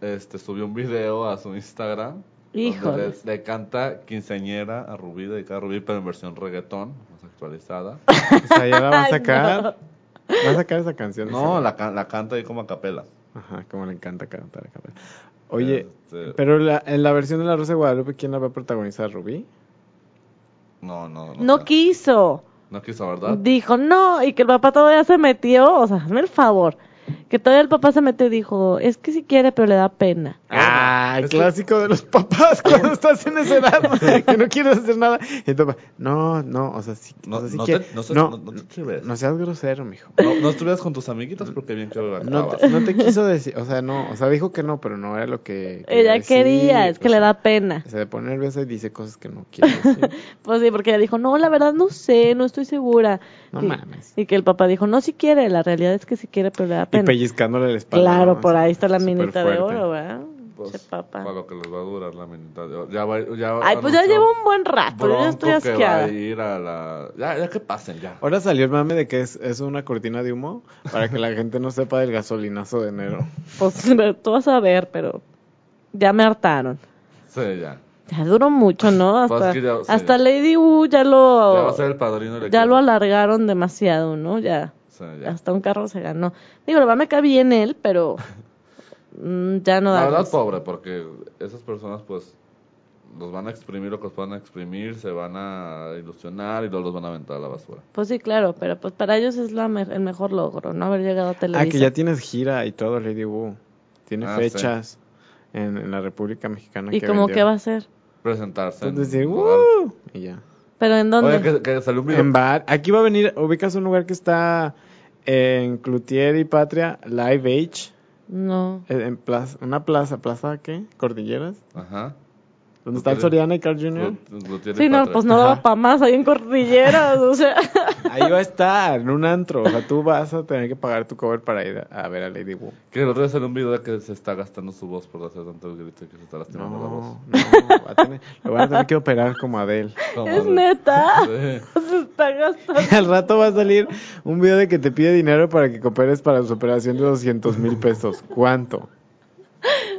Speaker 4: este subió un video a su Instagram donde le,
Speaker 2: Híjoles.
Speaker 4: le canta quinceañera a Rubí, dedicada a Rubí, pero en versión reggaetón, más actualizada.
Speaker 1: O sea, ya la va a
Speaker 2: Ay,
Speaker 1: sacar.
Speaker 2: no.
Speaker 1: Va a sacar esa canción.
Speaker 4: No,
Speaker 1: Isabel.
Speaker 4: la, can- la canta ahí como a capela.
Speaker 1: Ajá, como le encanta cantar a Gabriel. Oye,
Speaker 4: Este,
Speaker 1: pero la, en la versión de La Rosa de Guadalupe, ¿quién la va a protagonizar? ¿Rubí?
Speaker 4: no, no, no.
Speaker 2: No quiso.
Speaker 4: no quiso, ¿verdad?
Speaker 2: Dijo no, y que el papá todavía se metió. O sea, hazme el favor. Que todavía el papá se metió y dijo, es que sí quiere, pero le da pena.
Speaker 1: Ah,
Speaker 4: es que-
Speaker 1: clásico de los papás cuando estás en esa edad que no quieres hacer nada. Y tu papá, no, no, o sea, sí,
Speaker 4: No,
Speaker 1: o sea, sí
Speaker 4: no
Speaker 1: que-
Speaker 4: te- no se-
Speaker 1: no,
Speaker 4: no- no te chives.
Speaker 1: no seas grosero, mijo.
Speaker 4: No, no estuvieras con tus amiguitos porque bien que Ah, lo
Speaker 1: No
Speaker 4: acabas.
Speaker 1: te, no te quiso decir, o sea, no, o sea, dijo que no, pero no era lo que
Speaker 2: Ella
Speaker 1: decir,
Speaker 2: quería, es que
Speaker 1: o
Speaker 2: le
Speaker 1: sea,
Speaker 2: da pena.
Speaker 1: Se pone nerviosa y dice cosas que no quiere decir.
Speaker 2: Pues sí, porque ella dijo, no, la verdad no sé, no estoy segura.
Speaker 1: No
Speaker 2: y,
Speaker 1: mames.
Speaker 2: Y que el papá dijo, no, si quiere, la realidad es que si quiere, pero le da
Speaker 1: Y
Speaker 2: pena.
Speaker 1: pellizcándole la espalda.
Speaker 2: Claro,
Speaker 1: ¿no?
Speaker 2: por ahí está la
Speaker 1: Súper
Speaker 2: minita de
Speaker 1: fuerte.
Speaker 2: oro, ¿verdad?
Speaker 4: Pues,
Speaker 2: Che papá.
Speaker 4: Para lo que les va a durar la minuta. de oro. Ya va, ya
Speaker 2: Ay, pues ya
Speaker 4: anunció
Speaker 2: llevo un buen rato, yo ya estoy
Speaker 4: Bronco que va
Speaker 2: asqueada.
Speaker 4: a ir a la... Ya, ya que pasen, ya.
Speaker 1: Ahora salió el mame de que es, es una cortina de humo para que la gente no sepa del gasolinazo de enero.
Speaker 2: Pues tú vas a ver, pero ya me hartaron.
Speaker 4: Sí, ya.
Speaker 2: Ya duró mucho, ¿no?
Speaker 4: Pues
Speaker 2: Hasta,
Speaker 4: que ya- sí,
Speaker 2: hasta
Speaker 4: ya.
Speaker 2: Lady Wu ya
Speaker 4: Ya va a
Speaker 2: lo...
Speaker 4: ser el padrino del
Speaker 2: Oh. ya
Speaker 4: equipo.
Speaker 2: lo alargaron demasiado, ¿no? Ya.
Speaker 4: Sí, ya.
Speaker 2: Hasta un carro se ganó. Digo, la verdad me cae bien él, pero mm, ya no
Speaker 4: La
Speaker 2: da.
Speaker 4: verdad,
Speaker 2: gusto.
Speaker 4: pobre, porque esas personas, pues, los van a exprimir lo que los puedan exprimir, se van a ilusionar y luego los van a aventar a la basura.
Speaker 2: Pues sí, claro, pero pues para ellos es la me- el mejor logro, ¿no? Haber llegado a Televisa.
Speaker 1: Ah, que ya tienes gira y todo, Lady Wu. Tiene
Speaker 4: Ah,
Speaker 1: fechas en, en la República Mexicana.
Speaker 2: y como
Speaker 1: vendió.
Speaker 2: que va a ser.
Speaker 4: Presentarse. en
Speaker 1: Entonces decir,
Speaker 4: un lugar.
Speaker 1: "Woo", Y ya.
Speaker 2: Pero ¿en Pues dónde?
Speaker 4: Oye, que, que salió un video.
Speaker 1: En bar. Aquí va a venir, ubicas un lugar que está en Cloutier y Patria, Live Age,
Speaker 2: No.
Speaker 1: en en plaza, una plaza, ¿plaza qué? Cordilleras.
Speaker 4: Ajá.
Speaker 1: Donde está el
Speaker 4: Cloutier.
Speaker 1: Soriana y Carl Jr.
Speaker 4: Glut- Glutier y
Speaker 2: Sí, no,
Speaker 4: Patria.
Speaker 2: pues no daba
Speaker 1: Ajá.
Speaker 2: para más ahí en Cordilleras, o sea.
Speaker 1: Ahí va a estar, en un antro. O sea, tú vas a tener que pagar tu cover para ir a, a ver a Lady Wu.
Speaker 4: Que el otro día salió un video de que se está gastando su voz por hacer tanto grito y que se
Speaker 1: No,
Speaker 4: está lastimando la voz.
Speaker 1: no, va a tener, lo van a tener que operar como Adele.
Speaker 4: Como
Speaker 2: es
Speaker 4: de-
Speaker 2: neta.
Speaker 4: Sí.
Speaker 2: Se está gastando.
Speaker 1: Al rato va a salir un video de que te pide dinero para que cooperes para su operación de 200 mil pesos. ¿Cuánto?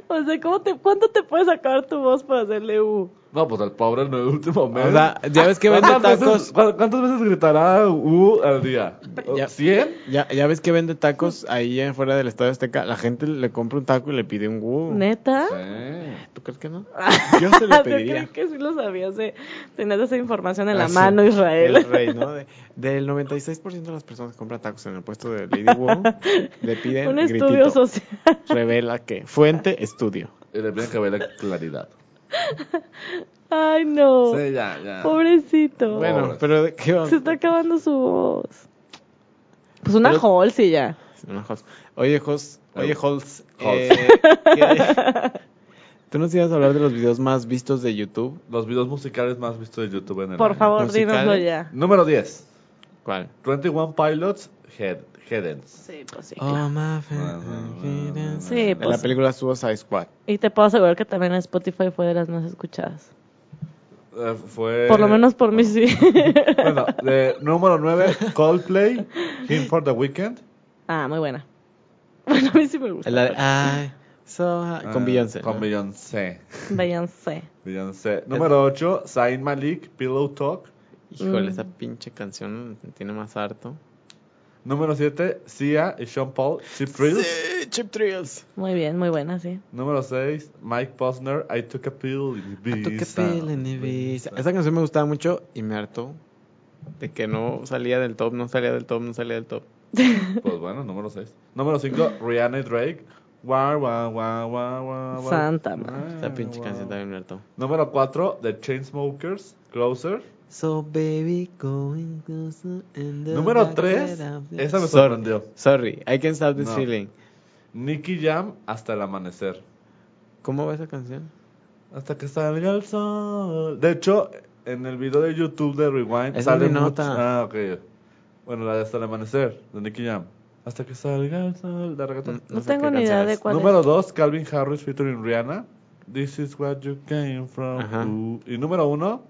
Speaker 2: O sea, ¿cómo te, ¿cuánto te puedes sacar tu voz para hacerle U?
Speaker 4: No, pues al pobre en el último mes.
Speaker 1: O sea, ya ves que vende
Speaker 4: ¿Cuántas veces,
Speaker 1: tacos.
Speaker 4: cu- cuántas veces gritará U al día?
Speaker 1: Ya.
Speaker 4: ¿Cien?
Speaker 1: Ya, ya ves que vende tacos ahí afuera del Estadio Azteca. La gente le compra un taco y le pide un wu.
Speaker 2: ¿Neta?
Speaker 4: Sí.
Speaker 1: ¿Tú crees que no? Yo se lo
Speaker 2: Yo
Speaker 1: pediría.
Speaker 2: creí Ah, que sí lo sabías. eh. Tenías esa información en la
Speaker 1: Ah, sí.
Speaker 2: mano,
Speaker 1: El
Speaker 2: Israel.
Speaker 1: rey, ¿no? De- del 96% de las personas que compran tacos en el puesto de Lady Wu le piden
Speaker 2: Un
Speaker 1: gritito.
Speaker 2: estudio social.
Speaker 1: Revela que fuente estudio.
Speaker 4: Y le piden que vea la claridad.
Speaker 2: Ay, no.
Speaker 4: Sí, ya, ya.
Speaker 2: Pobrecito.
Speaker 1: Bueno,
Speaker 4: Pobres.
Speaker 1: pero ¿de ¿qué
Speaker 2: Se
Speaker 1: vamos?
Speaker 2: está acabando su voz. Pues una
Speaker 1: Pero-
Speaker 2: Halsey ya.
Speaker 1: No, Holz. Oye, Jos, oye, Holz,
Speaker 4: Holz.
Speaker 1: eh, ¿qué- ¿tú nos ibas a hablar de los videos más vistos de YouTube?
Speaker 4: Los videos musicales más vistos de YouTube en el
Speaker 2: Por
Speaker 4: año.
Speaker 2: favor,
Speaker 1: musical. ¿eh?
Speaker 2: dínoslo ya.
Speaker 4: Número 10.
Speaker 1: ¿Cuál?
Speaker 4: 21 Pilots Head, Headens.
Speaker 2: Sí, pues sí.
Speaker 1: Oh, my
Speaker 2: Sí,
Speaker 1: De la
Speaker 2: pues.
Speaker 1: película Suicide Squad.
Speaker 2: Y te puedo asegurar que también en Spotify fue de las más escuchadas.
Speaker 4: Eh, fue...
Speaker 2: Por lo menos por mí sí.
Speaker 4: Bueno, de número 9, Coldplay, Him for the Weekend.
Speaker 2: ah, muy buena. Bueno, a mí sí me gusta.
Speaker 1: La de- ay, so high- con
Speaker 4: Ah,
Speaker 1: Beyoncé.
Speaker 4: Con
Speaker 1: ¿no?
Speaker 4: Beyoncé.
Speaker 2: Beyoncé.
Speaker 4: Beyoncé. Número 8, Zayn Malik, Pillow Talk.
Speaker 1: Híjole,
Speaker 2: Mm.
Speaker 1: esa pinche canción me tiene más harto.
Speaker 4: Número 7, Sia y Sean Paul, Cheap Thrills.
Speaker 1: Sí, Chip Thrills.
Speaker 2: Muy bien, muy buena, sí.
Speaker 4: Número 6, Mike Posner, I Took a Pill in Ibiza.
Speaker 1: Took a pill in Ibiza. Esa canción me gustaba mucho y me hartó de que no salía del top, no salía del top, no salía del top.
Speaker 4: Pues bueno, número 6. Número 5, Rihanna y Drake. Wah, wah, wah, wah, wah, wah.
Speaker 2: Santa madre.
Speaker 4: Ah,
Speaker 1: Esa pinche
Speaker 4: wah.
Speaker 1: canción también me hartó.
Speaker 4: Número 4, The Chainsmokers, Closer.
Speaker 1: So baby going closer and the
Speaker 4: Número
Speaker 1: light
Speaker 4: 3,
Speaker 1: of the-
Speaker 4: esa me
Speaker 1: Sorry,
Speaker 4: sorprendió.
Speaker 1: Sorry, I can't stop this
Speaker 4: No.
Speaker 1: feeling.
Speaker 4: Nicky Jam, Hasta el Amanecer.
Speaker 1: ¿Cómo va esa canción?
Speaker 4: Hasta que salga el sol. De hecho, en el video de YouTube de Rewind
Speaker 1: Esa es
Speaker 4: sale
Speaker 1: mi
Speaker 4: mucho-
Speaker 1: nota.
Speaker 4: Ah, ok. Bueno, la de Hasta el Amanecer, de Nicky Jam. Hasta que salga el sol de reggaetón.
Speaker 2: No
Speaker 1: sé
Speaker 2: tengo
Speaker 1: qué
Speaker 2: ni
Speaker 1: canción
Speaker 2: idea de
Speaker 1: es.
Speaker 2: cuál
Speaker 4: número
Speaker 2: es.
Speaker 4: 2, Calvin Harris featuring Rihanna. This is what you came from.
Speaker 1: Ajá.
Speaker 4: Ooh. Y número 1,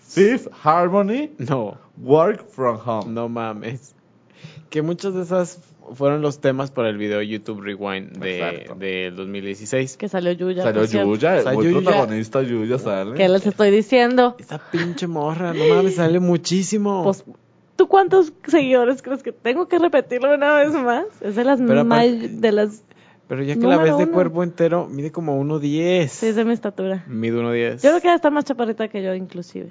Speaker 4: Fifth Harmony,
Speaker 1: No,
Speaker 4: Work from Home.
Speaker 1: no mames. Que muchas de esas fueron los temas para el video YouTube Rewind de,
Speaker 4: Exacto.
Speaker 1: del 2016.
Speaker 2: Que salió Yuya.
Speaker 4: Salió
Speaker 2: por cierto.
Speaker 4: Yuya,
Speaker 1: O sea,
Speaker 4: muy
Speaker 1: pues Yuya-
Speaker 4: protagonista Yuya sale.
Speaker 2: Que les estoy diciendo.
Speaker 1: Esa pinche morra, no mames, sale muchísimo.
Speaker 2: Pues, ¿tú cuántos seguidores crees que tengo que repetirlo una vez más? Es de las
Speaker 1: Pero
Speaker 2: más.
Speaker 1: aparte-
Speaker 2: De las.
Speaker 1: Pero ya que la ves
Speaker 2: número
Speaker 1: de
Speaker 2: uno.
Speaker 1: cuerpo entero, mide como 1.10.
Speaker 2: Sí, es de mi estatura.
Speaker 1: Mide 1.10.
Speaker 2: Yo creo que está más chaparrita que yo, inclusive.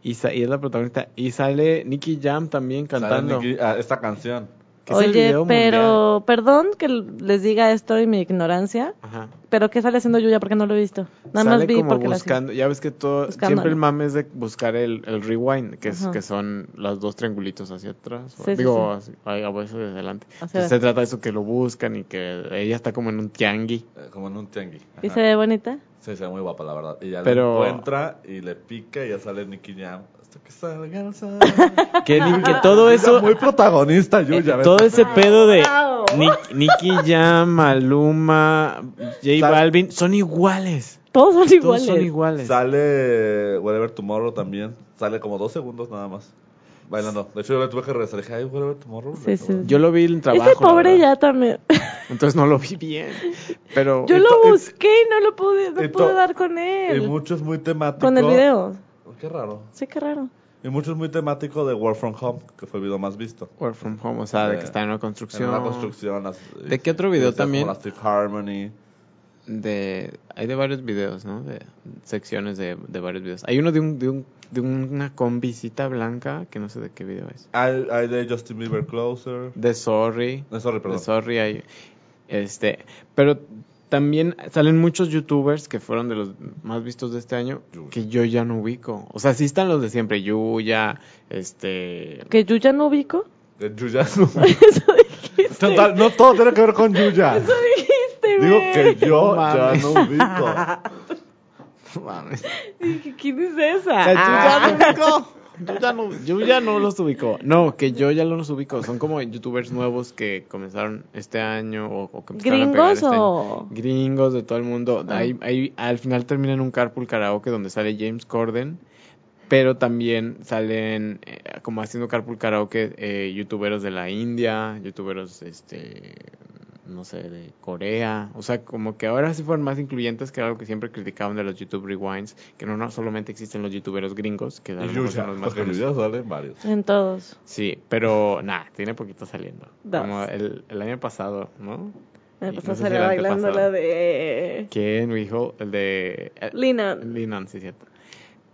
Speaker 1: y, sa- y es la protagonista. Y sale Nicky Jam también
Speaker 4: Sale
Speaker 1: cantando.
Speaker 4: Nicki- ah, esta canción.
Speaker 1: que es el
Speaker 2: Oye,
Speaker 1: video mundial.
Speaker 2: pero. Perdón que l- les diga esto y mi ignorancia.
Speaker 1: Ajá.
Speaker 2: Pero ¿qué sale haciendo Yuya? Porque no lo he visto. Nada
Speaker 1: sale
Speaker 2: más vi
Speaker 1: como
Speaker 2: porque la
Speaker 1: buscando, ya ves que todo,
Speaker 2: Buscándole.
Speaker 1: siempre el mame es de buscar el, el rewind, que es
Speaker 2: Ajá.
Speaker 1: que son las dos triangulitos hacia atrás, o-
Speaker 2: Sí, sí,
Speaker 1: digo, así- a veces hacia adelante.
Speaker 2: Hacia
Speaker 1: Entonces se trata de eso que lo buscan y que ella está como en un tiangui.
Speaker 4: eh, Como en un tianguis.
Speaker 2: ¿Y
Speaker 4: Ajá.
Speaker 2: se ve bonita?
Speaker 4: Sí, se ve muy guapa, la verdad. Y ya
Speaker 1: Pero-
Speaker 4: le encuentra y le pica y ya sale Nicky Jam. Hasta que salga el sol.
Speaker 1: Que, ni- que todo
Speaker 4: Está
Speaker 1: eso,
Speaker 4: muy protagonista Yuya. ¿ves?
Speaker 1: todo ese pedo de Ni- Nicky Jam, Maluma, J
Speaker 4: Sal-
Speaker 1: Balvin, son iguales.
Speaker 2: Todos son
Speaker 1: Todos
Speaker 2: iguales.
Speaker 1: son iguales.
Speaker 4: Sale Whatever Tomorrow también. Sale como dos segundos nada más. Bailando. De hecho, yo le tuve que regresar. Dije, ay, Whatever Tomorrow.
Speaker 2: Sí, sí.
Speaker 1: Yo lo vi en trabajo.
Speaker 2: Ese
Speaker 1: la
Speaker 2: Este pobre
Speaker 1: verdad.
Speaker 2: ya también.
Speaker 1: Entonces no lo vi bien. Pero
Speaker 2: Yo lo
Speaker 4: Ento-
Speaker 2: busqué y no lo pude, no
Speaker 4: ento-
Speaker 2: pude dar con
Speaker 4: Y
Speaker 2: él.
Speaker 4: mucho es muy temático.
Speaker 2: Con el video.
Speaker 4: Qué raro.
Speaker 2: Sí, qué raro.
Speaker 4: Y mucho es muy temático de Work From Home, que fue el video más visto.
Speaker 1: Work from home, o sea, de que
Speaker 4: Eh,
Speaker 1: está en una
Speaker 4: En
Speaker 1: construcción.
Speaker 4: una construcción. las-
Speaker 1: ¿De qué otro video
Speaker 4: como
Speaker 1: también?
Speaker 4: las Fifth Harmony.
Speaker 1: de hay de varios videos, ¿no? De secciones de, de varios videos. Hay uno de un, de un de una combisita blanca que no sé de qué video es.
Speaker 4: Hay, hay de Justin Bieber Closer.
Speaker 1: De Sorry,
Speaker 4: No, sorry,
Speaker 1: de
Speaker 4: perdón.
Speaker 1: Sorry hay este, pero también salen muchos youtubers que fueron de los más vistos de este año
Speaker 4: Yuya.
Speaker 1: que yo ya no ubico. O sea, sí están los de siempre, Yuya, este
Speaker 2: Que yo ya no ubico.
Speaker 4: De Yuya. no.
Speaker 2: Eso dijiste.
Speaker 4: Total, no todo tiene que ver con Yuya.
Speaker 2: Eso dijiste,
Speaker 4: Digo
Speaker 2: güey.
Speaker 4: que yo
Speaker 1: No
Speaker 4: ya
Speaker 1: mames.
Speaker 4: no ubico.
Speaker 1: mames.
Speaker 2: Dije, ¿quién es esa?
Speaker 1: sea,
Speaker 2: Ah.
Speaker 1: Yuya no ubicó. Yuya no, Yuya no los ubicó. No, que yo ya no los ubico. Son como youtubers nuevos que comenzaron este año o, o que empezaron a pegar
Speaker 2: ¿Gringos
Speaker 1: este año.
Speaker 2: o...?
Speaker 1: Gringos de todo el mundo.
Speaker 2: Ah.
Speaker 1: Ahí, ahí al final termina en un carpool karaoke donde sale James Corden. Pero también salen eh, como haciendo carpool karaoke eh, youtuberos de la India, youtuberos, este, no sé, de Corea. O sea, como que ahora sí fueron más incluyentes, que era algo que siempre criticaban de los YouTube Rewinds, que no, no solamente existen los youtuberos gringos, que a lo
Speaker 4: Y
Speaker 1: mejor
Speaker 4: Yuya.
Speaker 1: son los más
Speaker 4: Porque
Speaker 1: conocidos.
Speaker 4: Yuya salen varios.
Speaker 2: En todos.
Speaker 1: Sí, pero nada, tiene poquito saliendo.
Speaker 2: Dos.
Speaker 1: Como el, el año pasado, ¿no?
Speaker 2: Me
Speaker 1: Y
Speaker 2: pasó
Speaker 1: no sé si
Speaker 2: salió
Speaker 1: el
Speaker 2: bailando
Speaker 1: antepasado.
Speaker 2: la de...
Speaker 1: ¿Quién, mi hijo? El de... eh,
Speaker 2: Lina.
Speaker 1: Linan, sí, cierto.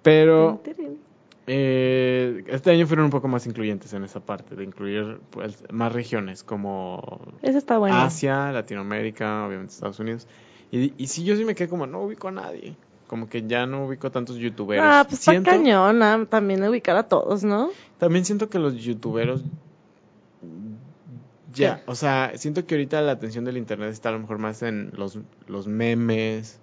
Speaker 1: Pero eh, este año fueron un poco más incluyentes en esa parte, de incluir pues, más regiones como
Speaker 2: Ese está bueno.
Speaker 1: Asia, Latinoamérica, obviamente Estados Unidos. Y, y sí, yo sí me quedé como, no ubico a nadie. Como que ya no ubico a tantos youtuberos.
Speaker 2: Ah, pues está
Speaker 1: Siento-
Speaker 2: cañón, ah, también ubicar a todos, ¿no?
Speaker 1: También siento que los youtuberos. Ya,
Speaker 2: ¿Qué?
Speaker 1: o sea, siento que ahorita la atención del internet está a lo mejor más en los, los memes,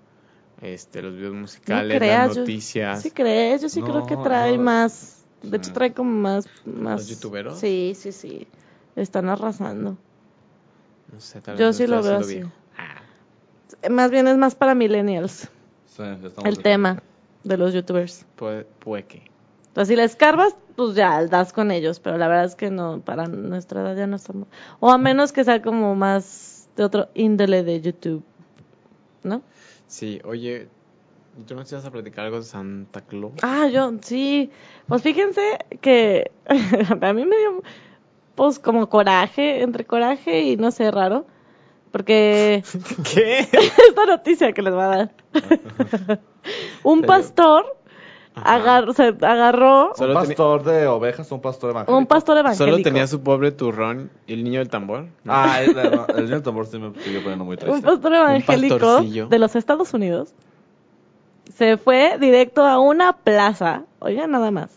Speaker 1: este, los videos musicales,
Speaker 2: creas,
Speaker 1: las
Speaker 2: yo-
Speaker 1: noticias.
Speaker 2: Sí crees, yo sí creo que
Speaker 4: No,
Speaker 2: trae
Speaker 4: no,
Speaker 2: más, de
Speaker 4: sí.
Speaker 2: hecho trae como más, más.
Speaker 1: youtuberos?
Speaker 2: Sí, sí, sí. Están arrasando.
Speaker 1: No sé, tal
Speaker 2: Yo
Speaker 1: vez
Speaker 2: sí
Speaker 1: me
Speaker 2: lo
Speaker 1: estoy
Speaker 2: veo
Speaker 1: haciendo
Speaker 2: así.
Speaker 1: viejo. Ah,
Speaker 2: Eh, Más bien es más para millennials
Speaker 4: Sí, ya estamos
Speaker 2: el
Speaker 4: aquí.
Speaker 2: tema de los youtubers.
Speaker 1: pue- pueque.
Speaker 2: Entonces, si les escarbas, pues ya das con ellos, pero la verdad es que no, para nuestra edad ya no estamos. O a menos que sea como más de otro índole de YouTube, ¿no?
Speaker 1: Sí, oye, ¿tú nos ibas a platicar algo de Santa Claus?
Speaker 2: Ah, yo, sí. Pues fíjense que a mí me dio, pues, como coraje, entre coraje y no sé, raro. Porque
Speaker 1: ¿Qué?
Speaker 2: esta noticia que les va a dar. un
Speaker 1: Pero-
Speaker 2: pastor
Speaker 1: Ajá.
Speaker 2: agar- se agarró
Speaker 1: Solo
Speaker 4: Un
Speaker 1: tenía-
Speaker 4: pastor de ovejas, un pastor evangélico.
Speaker 2: un pastor evangélico.
Speaker 1: Solo tenía su pobre turrón y el niño del tambor. ¿no?
Speaker 4: Ah, el, el, el niño tambor sí me sigue poniendo muy
Speaker 2: un
Speaker 4: triste.
Speaker 2: pastor evangélico
Speaker 1: pastorcillo.
Speaker 2: de los Estados Unidos se fue directo a una plaza, oiga nada más,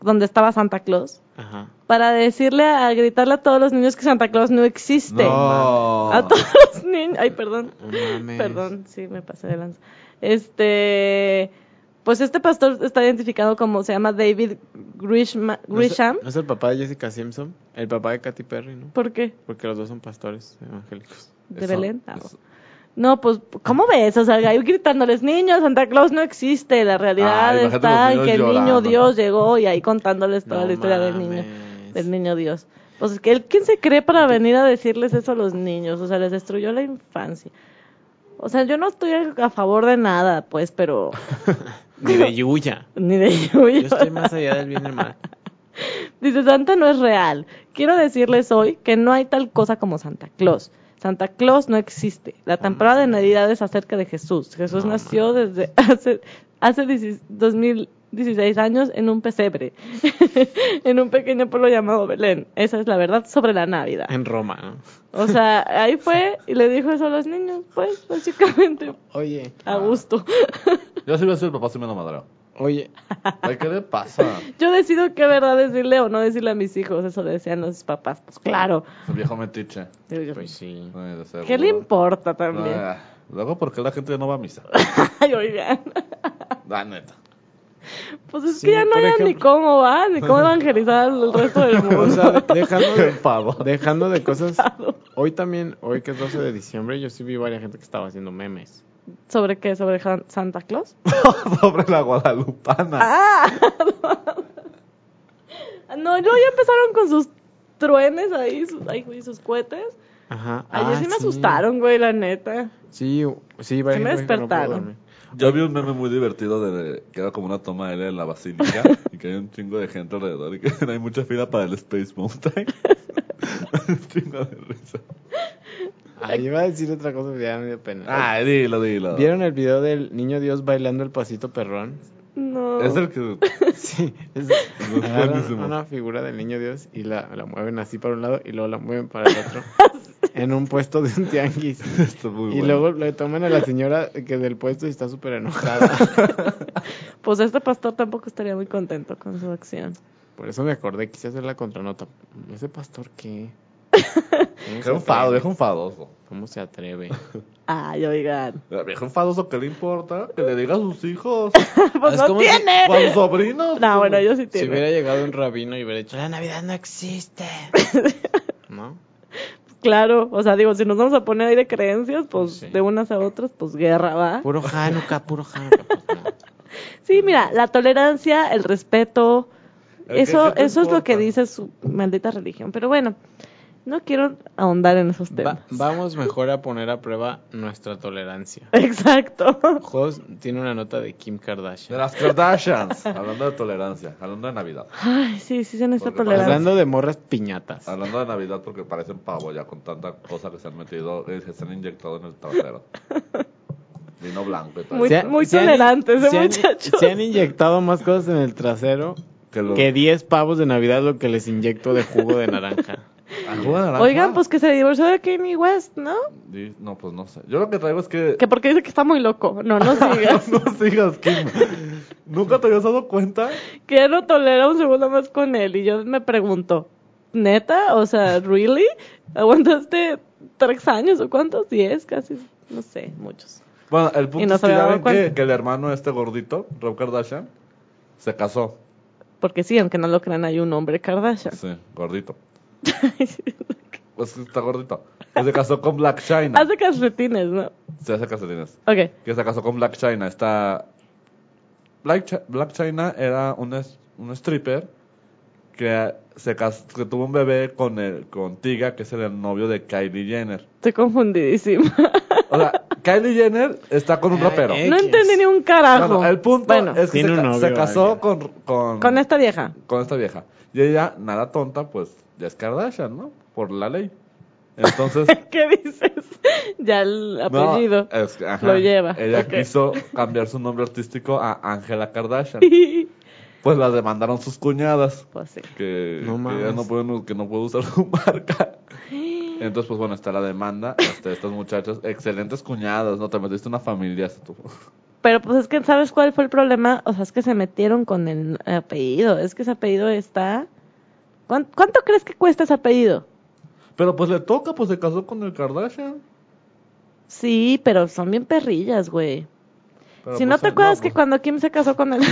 Speaker 2: donde estaba Santa Claus,
Speaker 1: Ajá.
Speaker 2: para decirle, a gritarle a todos los niños que Santa Claus no existe.
Speaker 4: No.
Speaker 2: A todos los niños. Ay, perdón.
Speaker 1: No mames.
Speaker 2: Perdón, sí, me pasé de lanza. Este. Pues este pastor está identificado como, se llama David Grishma-
Speaker 1: ¿No es-
Speaker 2: Grisham.
Speaker 1: ¿No es el papá de Jessica Simpson? El papá de Katy Perry, ¿no?
Speaker 2: ¿Por qué?
Speaker 1: Porque los dos son pastores evangélicos.
Speaker 2: ¿De
Speaker 4: Eso-
Speaker 2: Belén? Ah,
Speaker 4: eso-
Speaker 2: No, pues, ¿cómo ves? O sea, ahí gritándoles, niños, Santa Claus no existe, la realidad
Speaker 4: Ay, imagínate
Speaker 2: está
Speaker 4: los
Speaker 2: en que el
Speaker 4: niños
Speaker 2: niño
Speaker 4: llorando.
Speaker 2: Dios llegó y ahí contándoles toda
Speaker 1: No
Speaker 2: la historia del niño,
Speaker 1: mames.
Speaker 2: del niño Dios. Pues, es que él, ¿quién se cree para venir a decirles eso a los niños? O sea, les destruyó la infancia. O sea, yo no estoy a favor de nada, pues, pero...
Speaker 1: Ni de Yuya.
Speaker 2: Ni de
Speaker 1: Yo
Speaker 2: lluvia.
Speaker 1: estoy más allá del bien y el mal.
Speaker 2: Dice, Santa no es real. Quiero decirles hoy que no hay tal cosa como Santa Claus. Santa Claus no existe. La temporada de Navidad es acerca de Jesús. Jesús
Speaker 1: No,
Speaker 2: nació desde hace, hace 16 2016 años en un pesebre, en un pequeño pueblo llamado Belén. Esa es la verdad sobre la Navidad.
Speaker 1: En Roma, ¿no?
Speaker 2: O sea, ahí fue y le dijo eso a los niños, pues, básicamente,
Speaker 1: Oye,
Speaker 2: a gusto.
Speaker 4: Yo sí voy a ser el papá, si me lo madrado.
Speaker 1: oye,
Speaker 4: Ay, ¿qué le pasa?
Speaker 2: Yo decido qué verdad decirle o no decirle a mis hijos, eso decían los papás. Pues claro.
Speaker 4: Ese viejo metiche.
Speaker 2: Digo yo,
Speaker 1: pues sí.
Speaker 4: Ay, de seguro.
Speaker 2: ¿Qué le importa también?
Speaker 4: Ah, Luego, ¿por qué la gente no va a misa?
Speaker 2: Ay, oigan.
Speaker 4: La neta.
Speaker 2: Pues es
Speaker 1: Sí,
Speaker 2: que ya no
Speaker 1: por
Speaker 2: hayan ni
Speaker 1: ejemplo.
Speaker 2: cómo va, ni cómo evangelizar al resto del
Speaker 1: O
Speaker 2: mundo.
Speaker 1: sea, de- dejando de,
Speaker 4: pavo.
Speaker 1: dejando de cosas. Hoy también, hoy que es 12 de diciembre, yo sí vi varias gente que estaba haciendo memes.
Speaker 2: ¿Sobre qué? ¿Sobre Jan- Santa Claus?
Speaker 4: Sobre la guadalupana.
Speaker 2: ¡Ah! no, luego ya empezaron con sus truenes ahí, sus, ay, güey, sus cohetes.
Speaker 1: Ajá.
Speaker 2: Ayer
Speaker 1: Ah,
Speaker 2: sí me asustaron, güey, la neta.
Speaker 1: Sí, u- sí, varias
Speaker 2: Sí
Speaker 1: gente
Speaker 2: me
Speaker 1: dijo que no pudo
Speaker 2: despertaron.
Speaker 1: dormir.
Speaker 4: Yo vi un meme muy divertido de que era como una toma aérea en la basílica y que hay un chingo de gente alrededor y que hay mucha fila para el Space Mountain. un chingo de risa.
Speaker 1: Ah, iba a decir otra cosa, pero ya me dio pena.
Speaker 2: Ah,
Speaker 4: Ay, Eh, dilo, dilo.
Speaker 1: ¿Vieron el video del niño Dios bailando el pasito perrón?
Speaker 2: No.
Speaker 4: Es el que.
Speaker 1: Sí, es
Speaker 4: buenísimo.
Speaker 1: agarran una figura del niño Dios y la, la mueven así para un lado y luego la mueven para el otro en un puesto de un tianguis.
Speaker 4: Está muy
Speaker 1: y
Speaker 4: bueno.
Speaker 1: luego le toman a la señora que del puesto y está súper enojada.
Speaker 2: Pues este pastor tampoco estaría muy contento con su acción.
Speaker 1: Por eso me acordé, quise hacer la contranota. ¿Ese pastor qué? ¿Cómo se
Speaker 4: Viejo enfado,
Speaker 1: atreve?
Speaker 4: viejo enfadoso.
Speaker 1: ¿Cómo se atreve?
Speaker 2: Ay, oigan.
Speaker 4: Viejo enfadoso, ¿qué le importa? Que le diga a sus hijos.
Speaker 2: Pues
Speaker 1: Es
Speaker 2: no
Speaker 1: como si-
Speaker 2: tiene.
Speaker 4: O a sus sobrinos.
Speaker 2: No, bueno, yo sí
Speaker 1: Si
Speaker 2: tiene.
Speaker 1: hubiera llegado un rabino y hubiera dicho, la Navidad no existe. ¿No?
Speaker 2: Claro, o sea, digo, si nos vamos a poner ahí de creencias, pues
Speaker 1: Sí.
Speaker 2: de unas a otras, pues guerra va.
Speaker 1: Puro Hanukkah, puro Hanukkah. pues, no.
Speaker 2: Sí, mira, la tolerancia, el respeto,
Speaker 4: ¿El qué-
Speaker 2: eso,
Speaker 4: qué te
Speaker 2: eso es lo que
Speaker 4: importa?
Speaker 2: dice su maldita religión. Pero bueno, no quiero ahondar en esos temas.
Speaker 1: Va- vamos mejor a poner a prueba nuestra tolerancia.
Speaker 2: Exacto.
Speaker 1: Jos tiene una nota de Kim
Speaker 4: De
Speaker 1: Kardashian.
Speaker 4: las Kardashians. hablando de tolerancia. Hablando de Navidad.
Speaker 2: Ay, sí, sí se necesita
Speaker 4: Porque
Speaker 2: tolerancia.
Speaker 1: Hablando de morras piñatas.
Speaker 4: Hablando de Navidad, porque parecen pavo ya con tanta cosa que se han metido, eh, que se han inyectado en el trasero. Vino blanco y todo.
Speaker 2: Muy-
Speaker 4: eso.
Speaker 1: in-
Speaker 2: tolerantes, eh,
Speaker 1: se han-
Speaker 2: muchachos.
Speaker 1: se han inyectado más cosas en el trasero
Speaker 4: Que lo-
Speaker 1: que 10 pavos de Navidad lo que les inyecto de jugo de naranja.
Speaker 4: Ah, jugo de naranja.
Speaker 2: Oigan, pues que se divorció de Kanye West, ¿no?
Speaker 4: Di- No, pues no sé. Yo lo que traigo es que.
Speaker 2: Que porque dice que está muy loco. No, no sigas.
Speaker 4: no sigas, Kim. ¿Nunca te habías dado cuenta?
Speaker 2: que ya no tolera un segundo más con él. Y yo me pregunto, ¿neta? O sea, ¿really? ¿Aguantaste tres años o cuántos? Diez, casi, no sé, muchos.
Speaker 4: Bueno, el
Speaker 2: Y
Speaker 4: punto
Speaker 2: no
Speaker 4: es
Speaker 2: se
Speaker 4: que
Speaker 2: había
Speaker 4: ya
Speaker 2: dado
Speaker 4: ven que,
Speaker 2: cuenta.
Speaker 4: que el hermano este gordito, Rob Kardashian, se casó.
Speaker 2: Porque sí, aunque no lo crean, hay un hombre Kardashian.
Speaker 4: Sí, gordito. Pues que está gordito. Que se casó con Black China.
Speaker 2: Hace calcetines, ¿no?
Speaker 4: Se hace casetines.
Speaker 2: Ok.
Speaker 4: que se casó con Black China. Está. Black, Chi- Black China era un, es- un stripper que, se cas- que tuvo un bebé con, el, con Tiga, que es el novio de Kylie Jenner.
Speaker 2: Estoy confundidísima.
Speaker 4: O sea, Kylie Jenner está con un
Speaker 1: Ay,
Speaker 4: rapero.
Speaker 1: eh,
Speaker 2: No entendí ni un carajo.
Speaker 4: Bueno, el punto
Speaker 2: Bueno,
Speaker 4: es que
Speaker 1: Tiene
Speaker 4: se,
Speaker 1: un
Speaker 4: ca-
Speaker 1: novio,
Speaker 4: se casó
Speaker 1: vaya.
Speaker 4: con, con,
Speaker 2: con esta vieja.
Speaker 4: con esta vieja. Y ella, nada tonta, pues ya es Kardashian, ¿no? Por la ley. Entonces.
Speaker 2: ¿Qué dices? ya el
Speaker 4: No, eh,
Speaker 2: apellido.
Speaker 4: es que, ajá,
Speaker 2: lo lleva.
Speaker 4: Ella
Speaker 2: Ok.
Speaker 4: quiso cambiar su nombre artístico a Angela Kardashian.
Speaker 2: pues
Speaker 4: Pues la demandaron sus cuñadas.
Speaker 2: sí.
Speaker 4: Que,
Speaker 1: No
Speaker 4: que ya
Speaker 1: mames.
Speaker 4: no pueden, que no puede usar su marca. Entonces, pues bueno, está la demanda este, estas muchachas. Excelentes cuñadas, ¿no? Te metiste una familia. tú.
Speaker 2: Pero pues es que, ¿sabes cuál fue el problema? O sea, es que se metieron con el apellido. Es que ese apellido está... ¿Cuán- ¿Cuánto crees que cuesta ese apellido?
Speaker 4: Pero pues le toca, pues se casó con el Kardashian.
Speaker 2: Sí, pero son bien perrillas, güey.
Speaker 4: Pero,
Speaker 2: si
Speaker 4: pues,
Speaker 2: no te
Speaker 4: eh,
Speaker 2: acuerdas que
Speaker 4: pues,
Speaker 2: cuando Kim se casó con él.